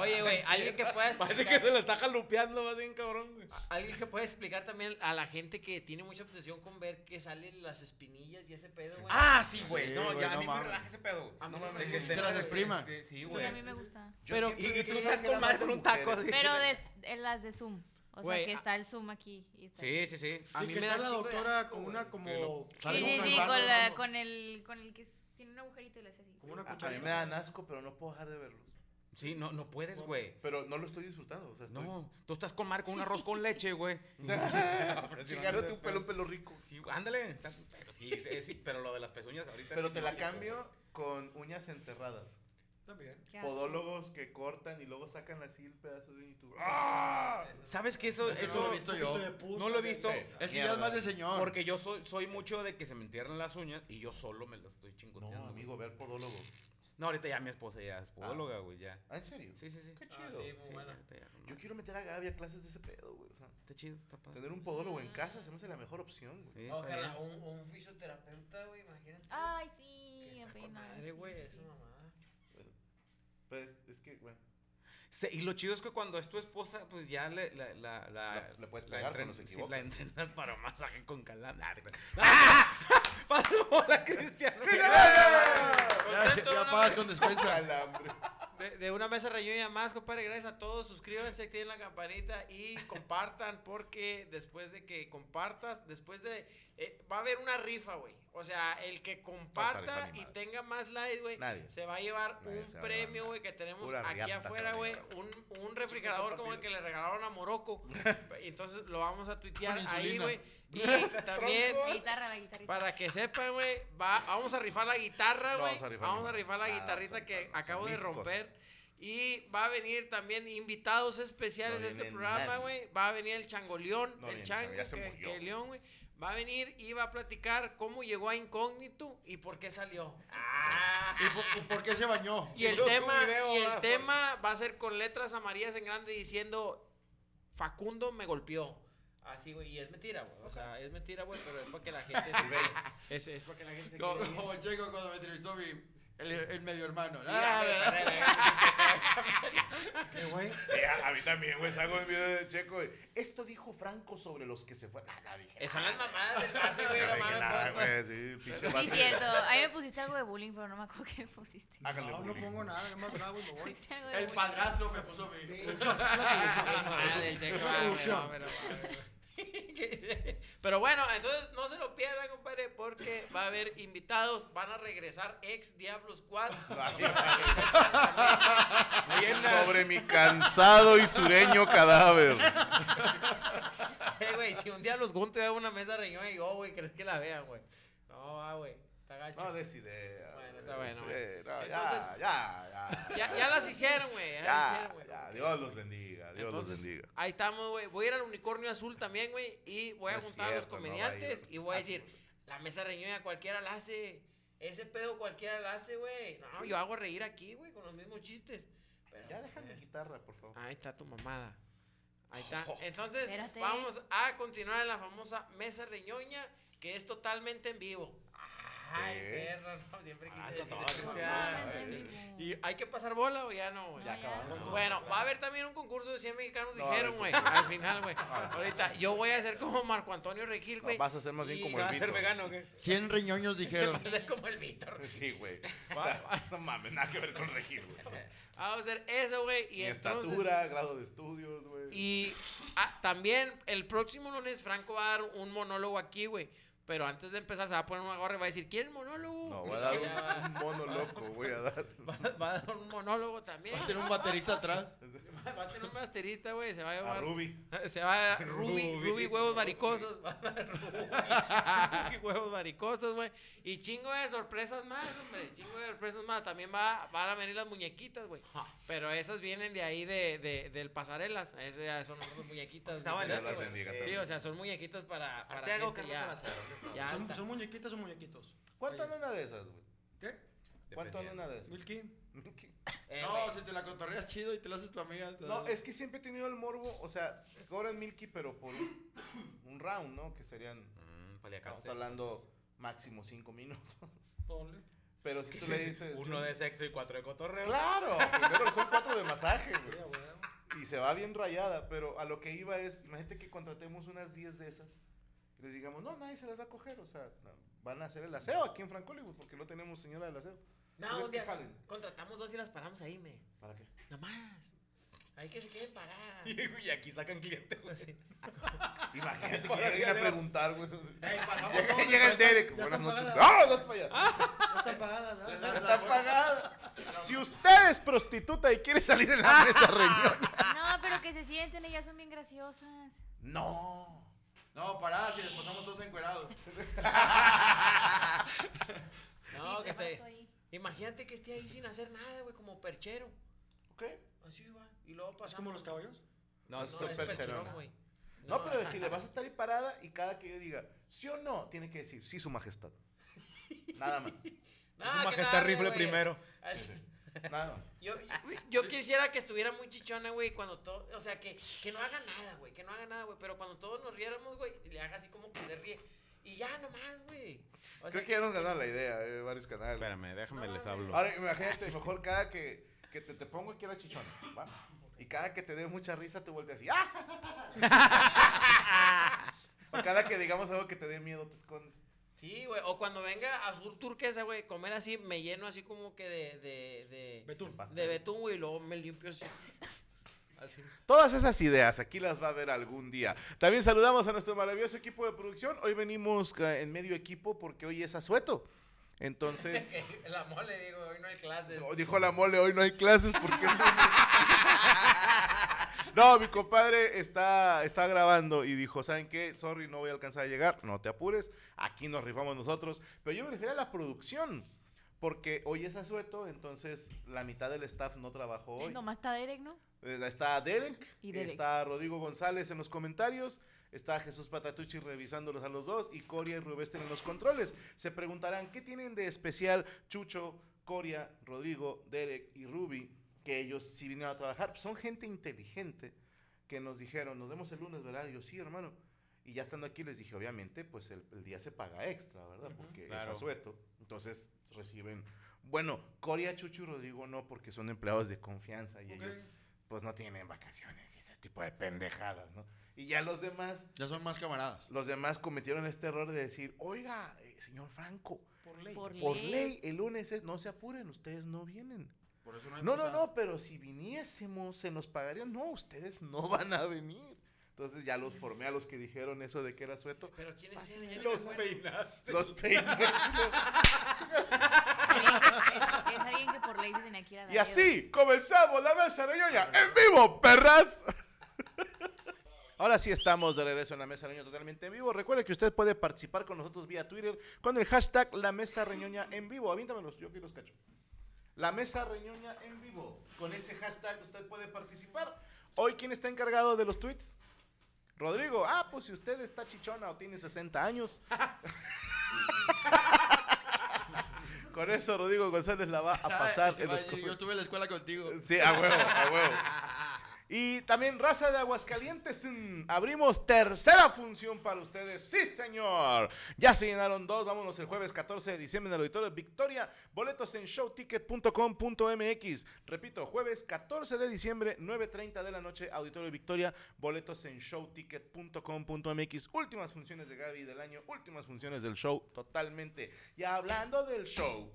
[SPEAKER 3] Oye, güey, alguien que pueda
[SPEAKER 5] Parece
[SPEAKER 3] explicar-
[SPEAKER 5] que se la está jalupeando más bien cabrón, güey.
[SPEAKER 3] Alguien que pueda explicar también a la gente que tiene mucha obsesión con ver que salen las espinillas y ese pedo, güey.
[SPEAKER 5] Ah, sí, güey.
[SPEAKER 4] Sí,
[SPEAKER 5] No,
[SPEAKER 4] güey,
[SPEAKER 5] ya a
[SPEAKER 4] no
[SPEAKER 5] mí me
[SPEAKER 4] mames.
[SPEAKER 5] relaja ese pedo.
[SPEAKER 3] A
[SPEAKER 5] güey.
[SPEAKER 3] mí
[SPEAKER 1] Ah, No
[SPEAKER 3] no me
[SPEAKER 1] mames.
[SPEAKER 5] Que
[SPEAKER 1] Sí,
[SPEAKER 5] se
[SPEAKER 4] las exprima.
[SPEAKER 5] este, Sí,
[SPEAKER 2] Sí,
[SPEAKER 5] güey.
[SPEAKER 2] a mí me gusta.
[SPEAKER 1] Yo
[SPEAKER 5] Pero,
[SPEAKER 1] siempre
[SPEAKER 5] y- y
[SPEAKER 1] creí
[SPEAKER 5] tú
[SPEAKER 1] que
[SPEAKER 5] estás
[SPEAKER 1] era
[SPEAKER 5] con
[SPEAKER 1] más
[SPEAKER 5] más
[SPEAKER 1] de
[SPEAKER 5] con un taco,
[SPEAKER 1] mujeres.
[SPEAKER 5] Sí.
[SPEAKER 2] Pero de, en las de Zoom. O
[SPEAKER 3] Güey,
[SPEAKER 2] sea, que
[SPEAKER 3] a-
[SPEAKER 2] está el Zoom aquí. y está-
[SPEAKER 5] Sí, sí, sí.
[SPEAKER 3] A
[SPEAKER 6] Sí,
[SPEAKER 3] mí
[SPEAKER 6] que
[SPEAKER 3] me
[SPEAKER 6] está
[SPEAKER 3] da
[SPEAKER 6] la
[SPEAKER 3] un chingo de
[SPEAKER 6] doctora
[SPEAKER 3] asco,
[SPEAKER 6] con
[SPEAKER 3] güey.
[SPEAKER 6] una
[SPEAKER 5] Que
[SPEAKER 6] como.
[SPEAKER 5] lo-
[SPEAKER 2] Sí,
[SPEAKER 4] Sale
[SPEAKER 2] sí,
[SPEAKER 4] un
[SPEAKER 2] sí,
[SPEAKER 4] calzado,
[SPEAKER 2] con, la-
[SPEAKER 4] ¿no?
[SPEAKER 2] con el, con el que s- tiene un agujerito y le hace así.
[SPEAKER 6] Como una
[SPEAKER 1] A, a mí me dan asco, pero no puedo dejar de verlos.
[SPEAKER 5] Sí, no, no puedes, güey.
[SPEAKER 1] Pero no lo estoy disfrutando. O sea, estoy...
[SPEAKER 5] No, tú estás con Marco un arroz con leche, güey.
[SPEAKER 1] Chingándote un pelo, un pelo rico.
[SPEAKER 5] Sí, ándale. está- pero, sí, es- es- pero lo de las pezuñas ahorita.
[SPEAKER 1] Pero
[SPEAKER 5] sí
[SPEAKER 1] te
[SPEAKER 5] no
[SPEAKER 1] la
[SPEAKER 5] hay,
[SPEAKER 1] cambio con uñas enterradas.
[SPEAKER 6] También.
[SPEAKER 2] Qué asco.
[SPEAKER 1] Podólogos que cortan y luego sacan así el pedazo de YouTube. ¡Ah!
[SPEAKER 5] güey. ¿Sabes que eso,
[SPEAKER 4] Eso no
[SPEAKER 5] eso
[SPEAKER 4] lo he visto yo.
[SPEAKER 6] Poquito de pus,
[SPEAKER 5] no lo he visto?
[SPEAKER 6] sí.
[SPEAKER 4] Ese ya
[SPEAKER 1] Mierda.
[SPEAKER 4] es más de señor.
[SPEAKER 5] Porque yo soy, soy mucho de que se me entierran las uñas y yo solo me las estoy
[SPEAKER 1] No,
[SPEAKER 5] chingoteando. güey.
[SPEAKER 1] amigo, ver podólogo.
[SPEAKER 5] No, ahorita ya mi esposa ya es podóloga, güey, ya.
[SPEAKER 1] Ah, ¿en serio?
[SPEAKER 5] Sí, sí, sí.
[SPEAKER 1] Qué
[SPEAKER 3] Ah,
[SPEAKER 1] chido.
[SPEAKER 3] sí, muy
[SPEAKER 5] Sí,
[SPEAKER 3] buena.
[SPEAKER 5] ahorita ya, no
[SPEAKER 1] Yo
[SPEAKER 5] mames.
[SPEAKER 1] quiero meter a Gaby a clases de ese pedo, güey. O sea,
[SPEAKER 5] Está chido, está padre.
[SPEAKER 1] tener un podólogo en casa se me hace la mejor opción, güey.
[SPEAKER 5] Ah. Sí,
[SPEAKER 3] No,
[SPEAKER 5] está
[SPEAKER 3] carnal,
[SPEAKER 5] bien.
[SPEAKER 3] un, un fisioterapeuta, güey, imagínate.
[SPEAKER 2] Ay, Ah,
[SPEAKER 3] que
[SPEAKER 2] sí,
[SPEAKER 3] está con
[SPEAKER 2] apenas.
[SPEAKER 3] madre,
[SPEAKER 2] sí,
[SPEAKER 3] güey,
[SPEAKER 2] sí,
[SPEAKER 3] esa
[SPEAKER 2] sí.
[SPEAKER 3] mamada.
[SPEAKER 1] Pues es que, bueno.
[SPEAKER 5] Se- y lo chido es que cuando es tu esposa, pues ya le, la, la, la,
[SPEAKER 1] La- le puedes
[SPEAKER 5] la
[SPEAKER 1] pegar cuando se
[SPEAKER 5] sí,
[SPEAKER 1] equivoca.
[SPEAKER 5] la entrenas para masaje con calambre. ¡Ah! Pasó la Cristian.
[SPEAKER 4] Ya,
[SPEAKER 3] Contento,
[SPEAKER 4] ya
[SPEAKER 3] ¿no?
[SPEAKER 4] pagas con despensa.
[SPEAKER 1] Calambre.
[SPEAKER 3] De, de una mesa reñida más, compadre. Gracias a todos. Suscríbanse, activen la campanita y compartan. Porque después de que compartas, después de. eh, va a haber una rifa, güey. O sea, el que
[SPEAKER 1] rifar
[SPEAKER 3] comparta
[SPEAKER 1] ni
[SPEAKER 3] y
[SPEAKER 1] madre.
[SPEAKER 3] tenga más likes, güey,
[SPEAKER 1] Nadie.
[SPEAKER 3] se va a llevar
[SPEAKER 1] Nadie
[SPEAKER 3] un
[SPEAKER 1] se va a llevar
[SPEAKER 3] premio,
[SPEAKER 1] nada.
[SPEAKER 3] güey, que tenemos
[SPEAKER 1] Pura
[SPEAKER 3] aquí
[SPEAKER 1] riata se va
[SPEAKER 3] afuera,
[SPEAKER 1] a
[SPEAKER 3] güey.
[SPEAKER 1] llevar.
[SPEAKER 3] Un, un refrigerador como el que le regalaron a Morocco. Entonces lo vamos a tuitear
[SPEAKER 4] Con
[SPEAKER 3] ahí,
[SPEAKER 4] insulina.
[SPEAKER 3] güey. Y también.
[SPEAKER 2] La guitarra, la guitarrita.
[SPEAKER 3] Para que sepan, güey, va- vamos a rifar la guitarra,
[SPEAKER 1] No
[SPEAKER 3] güey.
[SPEAKER 1] vamos a rifar
[SPEAKER 3] vamos a
[SPEAKER 1] ninguna.
[SPEAKER 3] rifar la
[SPEAKER 1] Nada,
[SPEAKER 3] guitarrita
[SPEAKER 1] vamos a
[SPEAKER 3] que
[SPEAKER 1] rifar, son
[SPEAKER 3] acabo de
[SPEAKER 1] mis
[SPEAKER 3] romper.
[SPEAKER 1] cosas.
[SPEAKER 3] Y va a venir también invitados especiales
[SPEAKER 1] No
[SPEAKER 3] de este
[SPEAKER 1] viene
[SPEAKER 3] programa,
[SPEAKER 1] nadie.
[SPEAKER 3] güey. Va a venir el changoleón,
[SPEAKER 1] No
[SPEAKER 3] el
[SPEAKER 1] viene,
[SPEAKER 3] chango,
[SPEAKER 1] ya se
[SPEAKER 3] que-
[SPEAKER 1] murió.
[SPEAKER 3] que león, güey. Va a venir y va a platicar cómo llegó a incógnito y por qué salió.
[SPEAKER 4] ¿Y por, y por qué se bañó?
[SPEAKER 3] Y el
[SPEAKER 5] Yo subo
[SPEAKER 3] tema,
[SPEAKER 5] video,
[SPEAKER 3] y el
[SPEAKER 5] va,
[SPEAKER 3] tema va a ser con letras amarillas en grande diciendo Facundo me golpeó. Así, güey, y es mentira, güey. O sea, es mentira, güey, pero es para que la gente se Es, es para que la gente se
[SPEAKER 4] Como,
[SPEAKER 3] quede bien.
[SPEAKER 4] como Checo cuando me entrevistó mi, el, el medio hermano.
[SPEAKER 3] Sí,
[SPEAKER 4] Ah,
[SPEAKER 3] ya,
[SPEAKER 4] ¿verdad?
[SPEAKER 3] güey, güey,
[SPEAKER 6] ¿Qué, güey?
[SPEAKER 1] Sí, a, a mí también, güey. Salgo de video de Checo. güey. Esto dijo Franco sobre los que se fueron. Nah, nah, dije.
[SPEAKER 3] güey. Son las mamadas del pase,
[SPEAKER 1] nada.
[SPEAKER 3] güey, no
[SPEAKER 1] No dije
[SPEAKER 3] mames,
[SPEAKER 1] nada,
[SPEAKER 3] por-
[SPEAKER 1] güey. Sí, pinche
[SPEAKER 2] Sí,
[SPEAKER 1] base.
[SPEAKER 2] cierto. Ahí me pusiste algo de bullying, pero no me acuerdo qué me pusiste.
[SPEAKER 1] Háganle
[SPEAKER 6] No, no
[SPEAKER 1] bullying.
[SPEAKER 6] pongo nada, nada más grabo y me voy.
[SPEAKER 2] Pusiste algo de
[SPEAKER 4] Ah, El
[SPEAKER 2] bullying.
[SPEAKER 4] padrastro me puso mi.
[SPEAKER 3] pues, Ah, del checo, ah, güey, no, pero, ah, güey. Pero bueno, entonces no se lo pierdan, compadre, porque va a haber invitados, van a regresar ex Diablo Squad.
[SPEAKER 1] Sobre mi cansado y sureño cadáver.
[SPEAKER 3] "Oh, Eh, güey, si un día los junto y hago una mesa reñida y yo, güey, ¿crees que la vean, güey? No, va, güey. Está gacho.
[SPEAKER 1] No des idea.
[SPEAKER 3] Bueno,
[SPEAKER 1] güey.
[SPEAKER 3] está bueno,
[SPEAKER 1] Sí,
[SPEAKER 3] bueno.
[SPEAKER 1] no, ya,
[SPEAKER 3] Entonces-
[SPEAKER 1] ya, ya.
[SPEAKER 3] ya, ya las hicieron, güey. Ya, las
[SPEAKER 1] Ya,
[SPEAKER 3] hicieron, güey.
[SPEAKER 1] ya, Dios los bendiga, Dios los
[SPEAKER 3] Entonces,
[SPEAKER 1] bendiga.
[SPEAKER 3] Ahí estamos, güey. Voy a ir al unicornio azul también, güey. Y voy a
[SPEAKER 1] No es
[SPEAKER 3] juntar a los
[SPEAKER 1] cierto, no va a ir.
[SPEAKER 3] comediantes y voy a
[SPEAKER 1] Ah,
[SPEAKER 3] decir, la mesa reñoña cualquiera la hace. Ese pedo cualquiera la hace, güey. No,
[SPEAKER 1] Sí.
[SPEAKER 3] yo hago reír aquí, güey, con los mismos chistes. Pero-
[SPEAKER 1] Ya deja mi guitarra, por favor.
[SPEAKER 3] Ahí está tu mamada. Ahí está. Entonces,
[SPEAKER 2] Espérate.
[SPEAKER 3] vamos a continuar en la famosa mesa reñoña, que es totalmente en vivo. Ay,
[SPEAKER 1] ¿Qué?
[SPEAKER 3] perro, no, siempre quise
[SPEAKER 5] Ah,
[SPEAKER 3] decir
[SPEAKER 5] no,
[SPEAKER 3] eso.
[SPEAKER 5] no, no,
[SPEAKER 2] Ah,
[SPEAKER 1] no,
[SPEAKER 2] en
[SPEAKER 1] eh,
[SPEAKER 2] vivo.
[SPEAKER 3] ¿Y hay que pasar bola o ya no, güey?
[SPEAKER 2] No, ya.
[SPEAKER 1] acabamos.
[SPEAKER 3] Bueno, va a haber también un concurso de 100 mexicanos,
[SPEAKER 1] No,
[SPEAKER 3] dijeron,
[SPEAKER 1] a ver,
[SPEAKER 3] güey.
[SPEAKER 1] pues,
[SPEAKER 3] Al final, güey.
[SPEAKER 1] Ah,
[SPEAKER 3] Ahorita, yo voy a ser como Marco Antonio Regil,
[SPEAKER 1] No,
[SPEAKER 3] güey.
[SPEAKER 1] vas a ser más bien
[SPEAKER 3] Y
[SPEAKER 1] como
[SPEAKER 5] ¿Va
[SPEAKER 1] el
[SPEAKER 5] a ser
[SPEAKER 1] Vito.
[SPEAKER 5] vegano o qué?
[SPEAKER 4] 100 riñoños dijeron.
[SPEAKER 3] Voy a ser como el Víctor.
[SPEAKER 1] Sí, güey.
[SPEAKER 5] Va-
[SPEAKER 1] No mames, nada que ver con Regil, güey.
[SPEAKER 3] Vamos a hacer eso, güey. Y
[SPEAKER 1] Ni
[SPEAKER 3] entonces-
[SPEAKER 1] estatura, grado de estudios, güey.
[SPEAKER 3] Y ah, también el próximo lunes Franco va a dar un monólogo aquí, güey. Pero antes de empezar se va a poner una gorra y va a decir, ¿quieren monólogo?
[SPEAKER 1] No, voy a dar
[SPEAKER 3] Y ya
[SPEAKER 1] un, un mono loco, voy a dar.
[SPEAKER 3] va, va a dar un monólogo también.
[SPEAKER 4] Va a tener un baterista atrás.
[SPEAKER 3] Va a tener un baterista, güey. Se va a
[SPEAKER 1] A
[SPEAKER 3] llevar...
[SPEAKER 1] Ruby.
[SPEAKER 3] Se va a Ruby,
[SPEAKER 5] Ruby.
[SPEAKER 3] Ruby huevos varicosos. Va a dar Ruby, Ruby huevos varicosos, güey. Y chingo de sorpresas más, hombre. Chingo de sorpresas más. También va, van a venir las muñequitas, güey. Pero esas vienen de ahí, de, de- del pasarelas. Esas ya son unas muñequitas.
[SPEAKER 5] Estaban
[SPEAKER 1] Dios
[SPEAKER 5] en-
[SPEAKER 1] las bendiga
[SPEAKER 5] Sí,
[SPEAKER 3] Sí,
[SPEAKER 1] también.
[SPEAKER 3] o sea, son muñequitas para, para
[SPEAKER 5] Arteaga o
[SPEAKER 3] gente
[SPEAKER 5] Carlos
[SPEAKER 3] ya.
[SPEAKER 5] Salazar, ¿dónde está?
[SPEAKER 3] Ya
[SPEAKER 6] ¿Son,
[SPEAKER 3] anda.
[SPEAKER 6] son muñequitas o muñequitos?
[SPEAKER 1] ¿Cuánto anda una de esas, güey?
[SPEAKER 6] ¿Qué?
[SPEAKER 1] ¿Cuánto anda una de esas?
[SPEAKER 6] ¿Milky?
[SPEAKER 3] Eh,
[SPEAKER 4] No,
[SPEAKER 3] güey,
[SPEAKER 4] si te la cotorreas chido y te la haces tu amiga.
[SPEAKER 1] No, es que siempre he tenido el morbo, o sea, te cobran Milky, pero por un, un round, ¿no? Que serían,
[SPEAKER 5] Mm,
[SPEAKER 1] estamos
[SPEAKER 5] paliacate.
[SPEAKER 1] hablando máximo cinco minutos.
[SPEAKER 6] Ponle.
[SPEAKER 1] Pero si tú le dices...
[SPEAKER 5] Uno de sexo y cuatro de cotorreo.
[SPEAKER 1] Claro, primero son cuatro de masaje,
[SPEAKER 6] Sí, a
[SPEAKER 1] güey.
[SPEAKER 6] huevo.
[SPEAKER 1] Y se va bien rayada, pero a lo que iba es, imagínate que contratemos unas 10 de esas. Y les digamos, no, nadie se las va a coger, o sea, no, van a hacer el aseo aquí en Franco porque no tenemos señora del aseo.
[SPEAKER 3] No,
[SPEAKER 1] ¿Crees
[SPEAKER 3] un
[SPEAKER 1] que
[SPEAKER 3] día
[SPEAKER 1] jalen?
[SPEAKER 3] contratamos dos y las paramos ahí, me.
[SPEAKER 1] ¿Para qué?
[SPEAKER 3] Nomás. Ahí que se queden paradas.
[SPEAKER 5] Y aquí sacan clientes, güey.
[SPEAKER 1] Imagínate que
[SPEAKER 5] Para
[SPEAKER 1] lleguen a
[SPEAKER 5] arriba.
[SPEAKER 1] preguntar, güey.
[SPEAKER 6] pagamos
[SPEAKER 1] Llega,
[SPEAKER 6] todo,
[SPEAKER 1] llega
[SPEAKER 6] ya
[SPEAKER 1] el
[SPEAKER 6] está- Ah,
[SPEAKER 1] Derek,
[SPEAKER 6] ya
[SPEAKER 1] buenas
[SPEAKER 6] están
[SPEAKER 1] noches.
[SPEAKER 6] pagadas.
[SPEAKER 1] ¡No, no te vayas!
[SPEAKER 6] No están pagadas, ¿no?
[SPEAKER 1] Está pagada. Si usted es prostituta y quiere salir en la mesa reunión.
[SPEAKER 2] No, pero que se sienten, ellas son bien graciosas.
[SPEAKER 1] No.
[SPEAKER 4] No, parada, si les pasamos todos encuerados.
[SPEAKER 3] No,
[SPEAKER 2] Sí,
[SPEAKER 3] que
[SPEAKER 2] te
[SPEAKER 3] se.
[SPEAKER 2] paso ahí.
[SPEAKER 3] Imagínate que esté ahí sin hacer nada, güey, como perchero.
[SPEAKER 1] ¿Ok?
[SPEAKER 3] Así va. Y luego
[SPEAKER 6] ¿Es
[SPEAKER 3] pasamos.
[SPEAKER 6] como los caballos?
[SPEAKER 1] No,
[SPEAKER 3] No,
[SPEAKER 1] son
[SPEAKER 3] es
[SPEAKER 1] percheronas.
[SPEAKER 3] percherón, güey.
[SPEAKER 1] No, pero si le vas a estar ahí parada y cada que yo diga sí o no, tiene que decir sí, su majestad. Nada más.
[SPEAKER 3] Nada, que
[SPEAKER 5] majestad
[SPEAKER 3] nada,
[SPEAKER 5] rifle
[SPEAKER 3] güey.
[SPEAKER 5] primero.
[SPEAKER 1] Nada más.
[SPEAKER 3] Yo, yo quisiera que estuviera muy chichona, güey, cuando todo, o sea, que, que no haga nada, güey, que no haga nada, güey, pero cuando todos nos riéramos, güey, le haga así como que se ríe. Y ya nomás, güey. O sea,
[SPEAKER 1] Creo que ya nos ganaron la idea, eh, varios canales.
[SPEAKER 5] déjame
[SPEAKER 3] les hablo.
[SPEAKER 1] Ahora imagínate, mejor cada que, que te, te pongo aquí la chichona, ¿va? Y cada que te dé mucha risa, te vuelves así. ¡Ah! o cada que digamos algo que te dé miedo, te escondes.
[SPEAKER 3] Sí, güey, o cuando venga azul turquesa, güey, comer así, me lleno así como que de, de,
[SPEAKER 6] Betún.
[SPEAKER 3] de, de betún, güey, y luego me limpio así. Así.
[SPEAKER 1] Todas esas ideas aquí las va a ver algún día. También saludamos a nuestro maravilloso equipo de producción. Hoy venimos ca- en medio equipo porque hoy es asueto. Entonces,
[SPEAKER 3] El amor le digo, hoy no hay clases.
[SPEAKER 1] dijo la mole, hoy no hay clases porque... No, mi compadre está, está grabando y dijo, ¿saben qué? Sorry, no voy a alcanzar a llegar, no te apures, aquí nos rifamos nosotros. Pero yo me refiero a la producción, porque hoy es asueto, entonces la mitad del staff no trabajó hoy.
[SPEAKER 2] Nomás está Derek, ¿no?
[SPEAKER 1] Eh, Está Derek, eh,
[SPEAKER 2] Y Derek.
[SPEAKER 1] está Rodrigo González en los comentarios, está Jesús Patatucci revisándolos a los dos y Coria y Rubester en los controles. Se preguntarán qué tienen de especial Chucho, Coria, Rodrigo, Derek y Ruby, que ellos sí vinieron a trabajar. Pues Son gente inteligente que nos dijeron, nos vemos el lunes, ¿verdad? Y yo, sí, hermano. Y ya estando aquí les dije, obviamente, pues el, el día se paga extra, ¿verdad?
[SPEAKER 6] Ujú.
[SPEAKER 1] Porque
[SPEAKER 5] Claro.
[SPEAKER 1] es asueto. Entonces reciben... Bueno, Coria, Chucho y Rodrigo no, porque son empleados de confianza y ellos
[SPEAKER 6] Ok.
[SPEAKER 1] pues no tienen vacaciones y ese tipo de pendejadas, ¿no? Y ya los demás,
[SPEAKER 4] Ya son más camaradas.
[SPEAKER 1] los demás cometieron este error de decir, oiga, eh, señor Franco,
[SPEAKER 6] Por ley.
[SPEAKER 2] Por
[SPEAKER 1] por
[SPEAKER 2] Ley.
[SPEAKER 1] ley el lunes es, no se apuren, ustedes no vienen.
[SPEAKER 5] Por eso hay
[SPEAKER 4] pues
[SPEAKER 1] No, no,
[SPEAKER 5] posada.
[SPEAKER 1] no, pero si viniésemos se nos pagarían. No, ustedes no van a venir. Entonces ya los formé a los que dijeron eso de que era sueto.
[SPEAKER 3] Pero ¿quiénes eran? Ya ni
[SPEAKER 5] Los
[SPEAKER 3] me acuerdo.
[SPEAKER 5] peinaste.
[SPEAKER 1] Los peiné.
[SPEAKER 2] Es, es alguien que por ley se tenía que ir a dar.
[SPEAKER 1] Y así comenzamos la mesa reñoña en vivo, perras. Ahora sí estamos de regreso en la Mesa Reñoña totalmente en vivo. Recuerde que usted puede participar con nosotros vía Twitter con el hashtag La Mesa Reñoña en vivo. Avíntamelos, yo que los cacho. La Mesa Reñoña en vivo. Con ese hashtag usted puede participar. Hoy, ¿quién está encargado de los tweets? Rodrigo. Ah, pues si usted está chichona o tiene 60 años. con eso, Rodrigo González la va a pasar en los
[SPEAKER 4] Yo- Yo estuve en la escuela contigo.
[SPEAKER 1] Sí, a huevo, a huevo. Y también raza de Aguascalientes, mm, abrimos tercera función para ustedes. Sí, señor. Ya se llenaron dos, vámonos el jueves 14 de diciembre en el auditorio Victoria. Boletos en showticket.com.mx. Repito, jueves 14 de diciembre, 9.30 de la noche, auditorio Victoria. Boletos en showticket.com.mx. Últimas funciones de Gaby del año, últimas funciones del show, totalmente. Y hablando del show,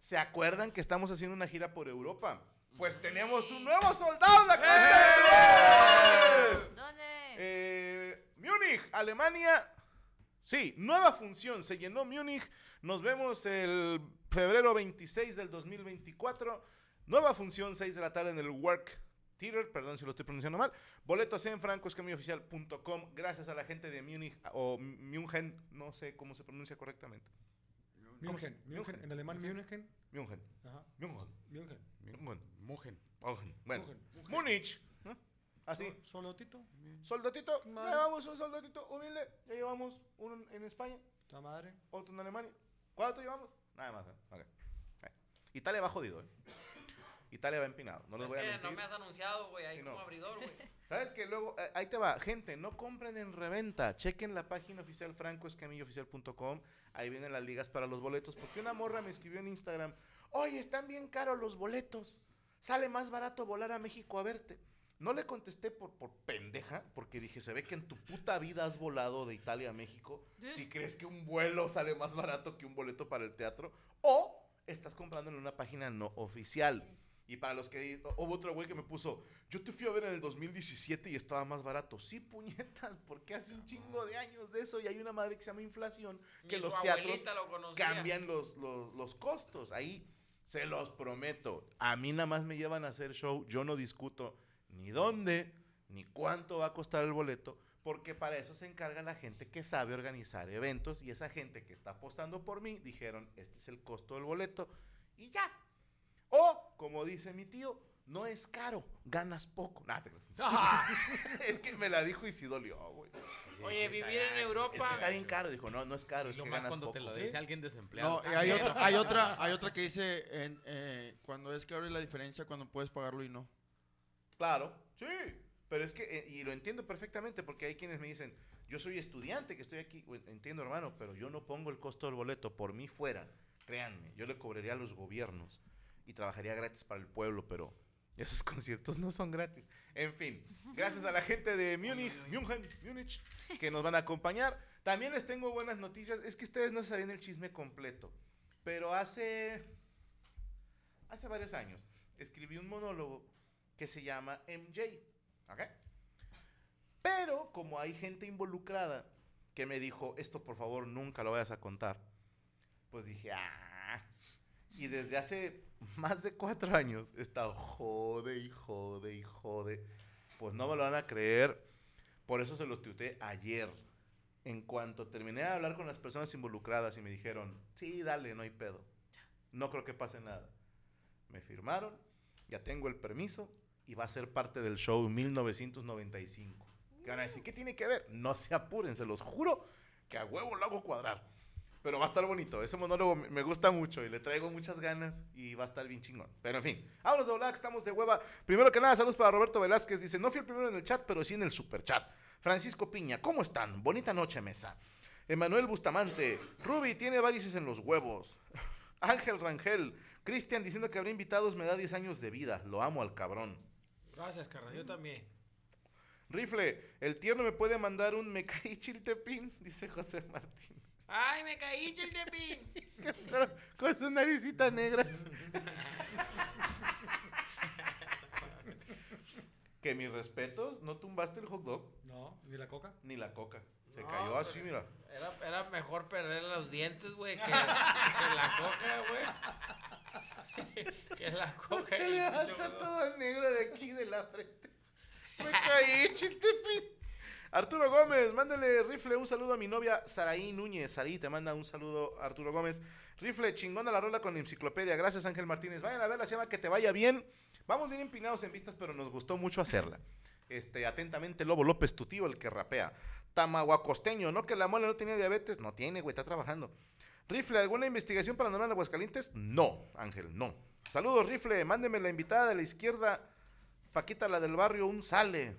[SPEAKER 1] ¿se acuerdan que estamos haciendo una gira por Europa? Pues tenemos un nuevo soldado en la casa.
[SPEAKER 2] ¿Dónde?
[SPEAKER 1] Eh, Múnich, Alemania. Sí, nueva función, se llenó Múnich. Nos vemos el febrero 26 del 2024. Nueva función, 6 de la tarde en el Work Theater. Perdón si lo estoy pronunciando mal. Boletos en francoscamioficial.com. Gracias a la gente de Múnich o München, no sé cómo se pronuncia correctamente.
[SPEAKER 6] München,
[SPEAKER 1] München.
[SPEAKER 6] München, en alemán München.
[SPEAKER 1] München.
[SPEAKER 6] Ajá,
[SPEAKER 1] München.
[SPEAKER 6] München.
[SPEAKER 1] München.
[SPEAKER 4] Mugen.
[SPEAKER 1] München. Bueno,
[SPEAKER 6] München.
[SPEAKER 1] Múnich. ¿no? Así.
[SPEAKER 6] Sol- Solotito,
[SPEAKER 1] Soldadito, ya
[SPEAKER 6] Madre.
[SPEAKER 1] llevamos un soldadito humilde, ya llevamos uno en España,
[SPEAKER 6] tu madre.
[SPEAKER 1] otro en Alemania. ¿Cuánto llevamos? Nada más, ¿eh? Ok. Bueno. Italia va jodido, ¿eh? Italia va empinado, no les
[SPEAKER 3] Es
[SPEAKER 1] voy a
[SPEAKER 3] que
[SPEAKER 1] mentir.
[SPEAKER 3] no me has anunciado, güey, ahí
[SPEAKER 1] Sí,
[SPEAKER 3] como
[SPEAKER 1] no.
[SPEAKER 3] abridor, güey.
[SPEAKER 1] ¿Sabes que Luego, eh, ahí te va. Gente, no compren en reventa. Chequen la página oficial francoescamillooficial.com. Ahí vienen las ligas para los boletos. Porque una morra me escribió en Instagram. Oye, están bien caros los boletos. Sale más barato volar a México a verte. No le contesté por, por pendeja, porque dije, se ve que en tu puta vida has volado de Italia a México.
[SPEAKER 2] ¿Eh?
[SPEAKER 1] Si crees que un vuelo sale más barato que un boleto para el teatro. O estás comprando en una página no oficial. Y para los que... Hubo otro güey que me puso, yo te fui a ver en el 2017 y estaba más barato. Sí, puñetas, porque hace un chingo de años de eso y hay una madre que se llama inflación que
[SPEAKER 3] Ni
[SPEAKER 1] los
[SPEAKER 3] su
[SPEAKER 1] teatros
[SPEAKER 3] abuelita lo conocía.
[SPEAKER 1] cambian los, los, los costos. Ahí se los prometo. A mí nada más me llevan a hacer show. Yo no discuto ni dónde, ni cuánto va a costar el boleto, porque para eso se encarga la gente que sabe organizar eventos y esa gente que está apostando por mí dijeron, este es el costo del boleto y ya. O, como dice mi tío, no es caro, ganas poco. Nah, te creas. es que me la dijo y sí dolió, güey.
[SPEAKER 3] Oye, vivir en Europa-
[SPEAKER 1] Es que está bien caro. Dijo, no, no es caro, es
[SPEAKER 5] lo
[SPEAKER 1] que
[SPEAKER 5] más
[SPEAKER 1] ganas
[SPEAKER 5] cuando
[SPEAKER 1] poco.
[SPEAKER 5] te lo
[SPEAKER 1] Sí.
[SPEAKER 5] dice alguien desempleado.
[SPEAKER 4] No, y hay otra, hay otra, hay otra que dice en, eh, cuando es que abre la diferencia cuando puedes pagarlo y no.
[SPEAKER 1] Claro, sí. Pero es que, eh, y lo entiendo perfectamente, porque hay quienes me dicen, yo soy estudiante que estoy aquí, Bueno, entiendo hermano, pero yo no pongo el costo del boleto por mí fuera, créanme, yo le cobraría a los gobiernos y trabajaría gratis para el pueblo, pero esos conciertos no son gratis. En fin, gracias a la gente de Múnich, München, Múnich, que nos van a acompañar. También les tengo buenas noticias, es que ustedes no sabían el chisme completo, pero hace, hace varios años escribí un monólogo que se llama MJ. ¿Ok? Pero como hay gente involucrada que me dijo, esto por favor nunca lo vayas a contar, pues dije, ah. Y desde hace más de cuatro años he estado jode y jode y jode. Pues no me lo van a creer. Por eso se los tuiteé ayer. En cuanto terminé de hablar con las personas involucradas y me dijeron, sí, dale, no hay pedo. No creo que pase nada. Me firmaron, ya tengo el permiso y va a ser parte del show 1995. Que van a decir, ¿qué tiene que ver? No se apuren, se los juro que a huevo lo hago cuadrar. Pero va a estar bonito. Ese monólogo me- me gusta mucho y le traigo muchas ganas y va a estar bien chingón. Pero en fin, vámonos de Olac, estamos de hueva. Primero que nada, saludos para Roberto Velázquez. Dice, no fui el primero en el chat, pero sí en el super chat. Francisco Piña, ¿cómo están? Bonita noche, mesa. Emanuel Bustamante, Ruby tiene varices en los huevos. Ángel Rangel, Cristian diciendo que habrá invitados me da 10 años de vida. Lo amo al cabrón.
[SPEAKER 3] Gracias, carnal, yo también.
[SPEAKER 1] Rifle, el tierno me puede mandar un me caí chiltepín, dice José Martín.
[SPEAKER 3] ¡Ay, me caí, Chiltepín!
[SPEAKER 1] Pero con su naricita negra. que mis respetos, no tumbaste el hot dog
[SPEAKER 6] No, ni la coca.
[SPEAKER 1] ni la coca. Se
[SPEAKER 3] No,
[SPEAKER 1] cayó así,
[SPEAKER 3] pero-
[SPEAKER 1] mira.
[SPEAKER 3] Era, era mejor perder los dientes, güey, que, que la coca, güey. que la coca.
[SPEAKER 1] Se
[SPEAKER 3] y el pinche
[SPEAKER 1] levanta
[SPEAKER 3] huevo.
[SPEAKER 1] todo negro de aquí, de la frente. Me caí, chiltepín. Arturo Gómez, mándale rifle un saludo a mi novia Saraí Núñez. Saraí te manda un saludo, Arturo Gómez. Rifle, chingona la rola con la enciclopedia. Gracias, Ángel Martínez. Vayan a ver la chema, que te vaya bien. Vamos bien empinados en vistas, pero nos gustó mucho hacerla. Este, atentamente, Lobo López, tu tío, el que rapea. Tamaguacosteño, no que la mole no tenía diabetes. No tiene, güey, está trabajando. Rifle, ¿alguna investigación paranormal en Aguascalientes? No, Ángel, no. Saludos, Rifle. Mándeme la invitada de la izquierda, Paquita, la del barrio, un sale.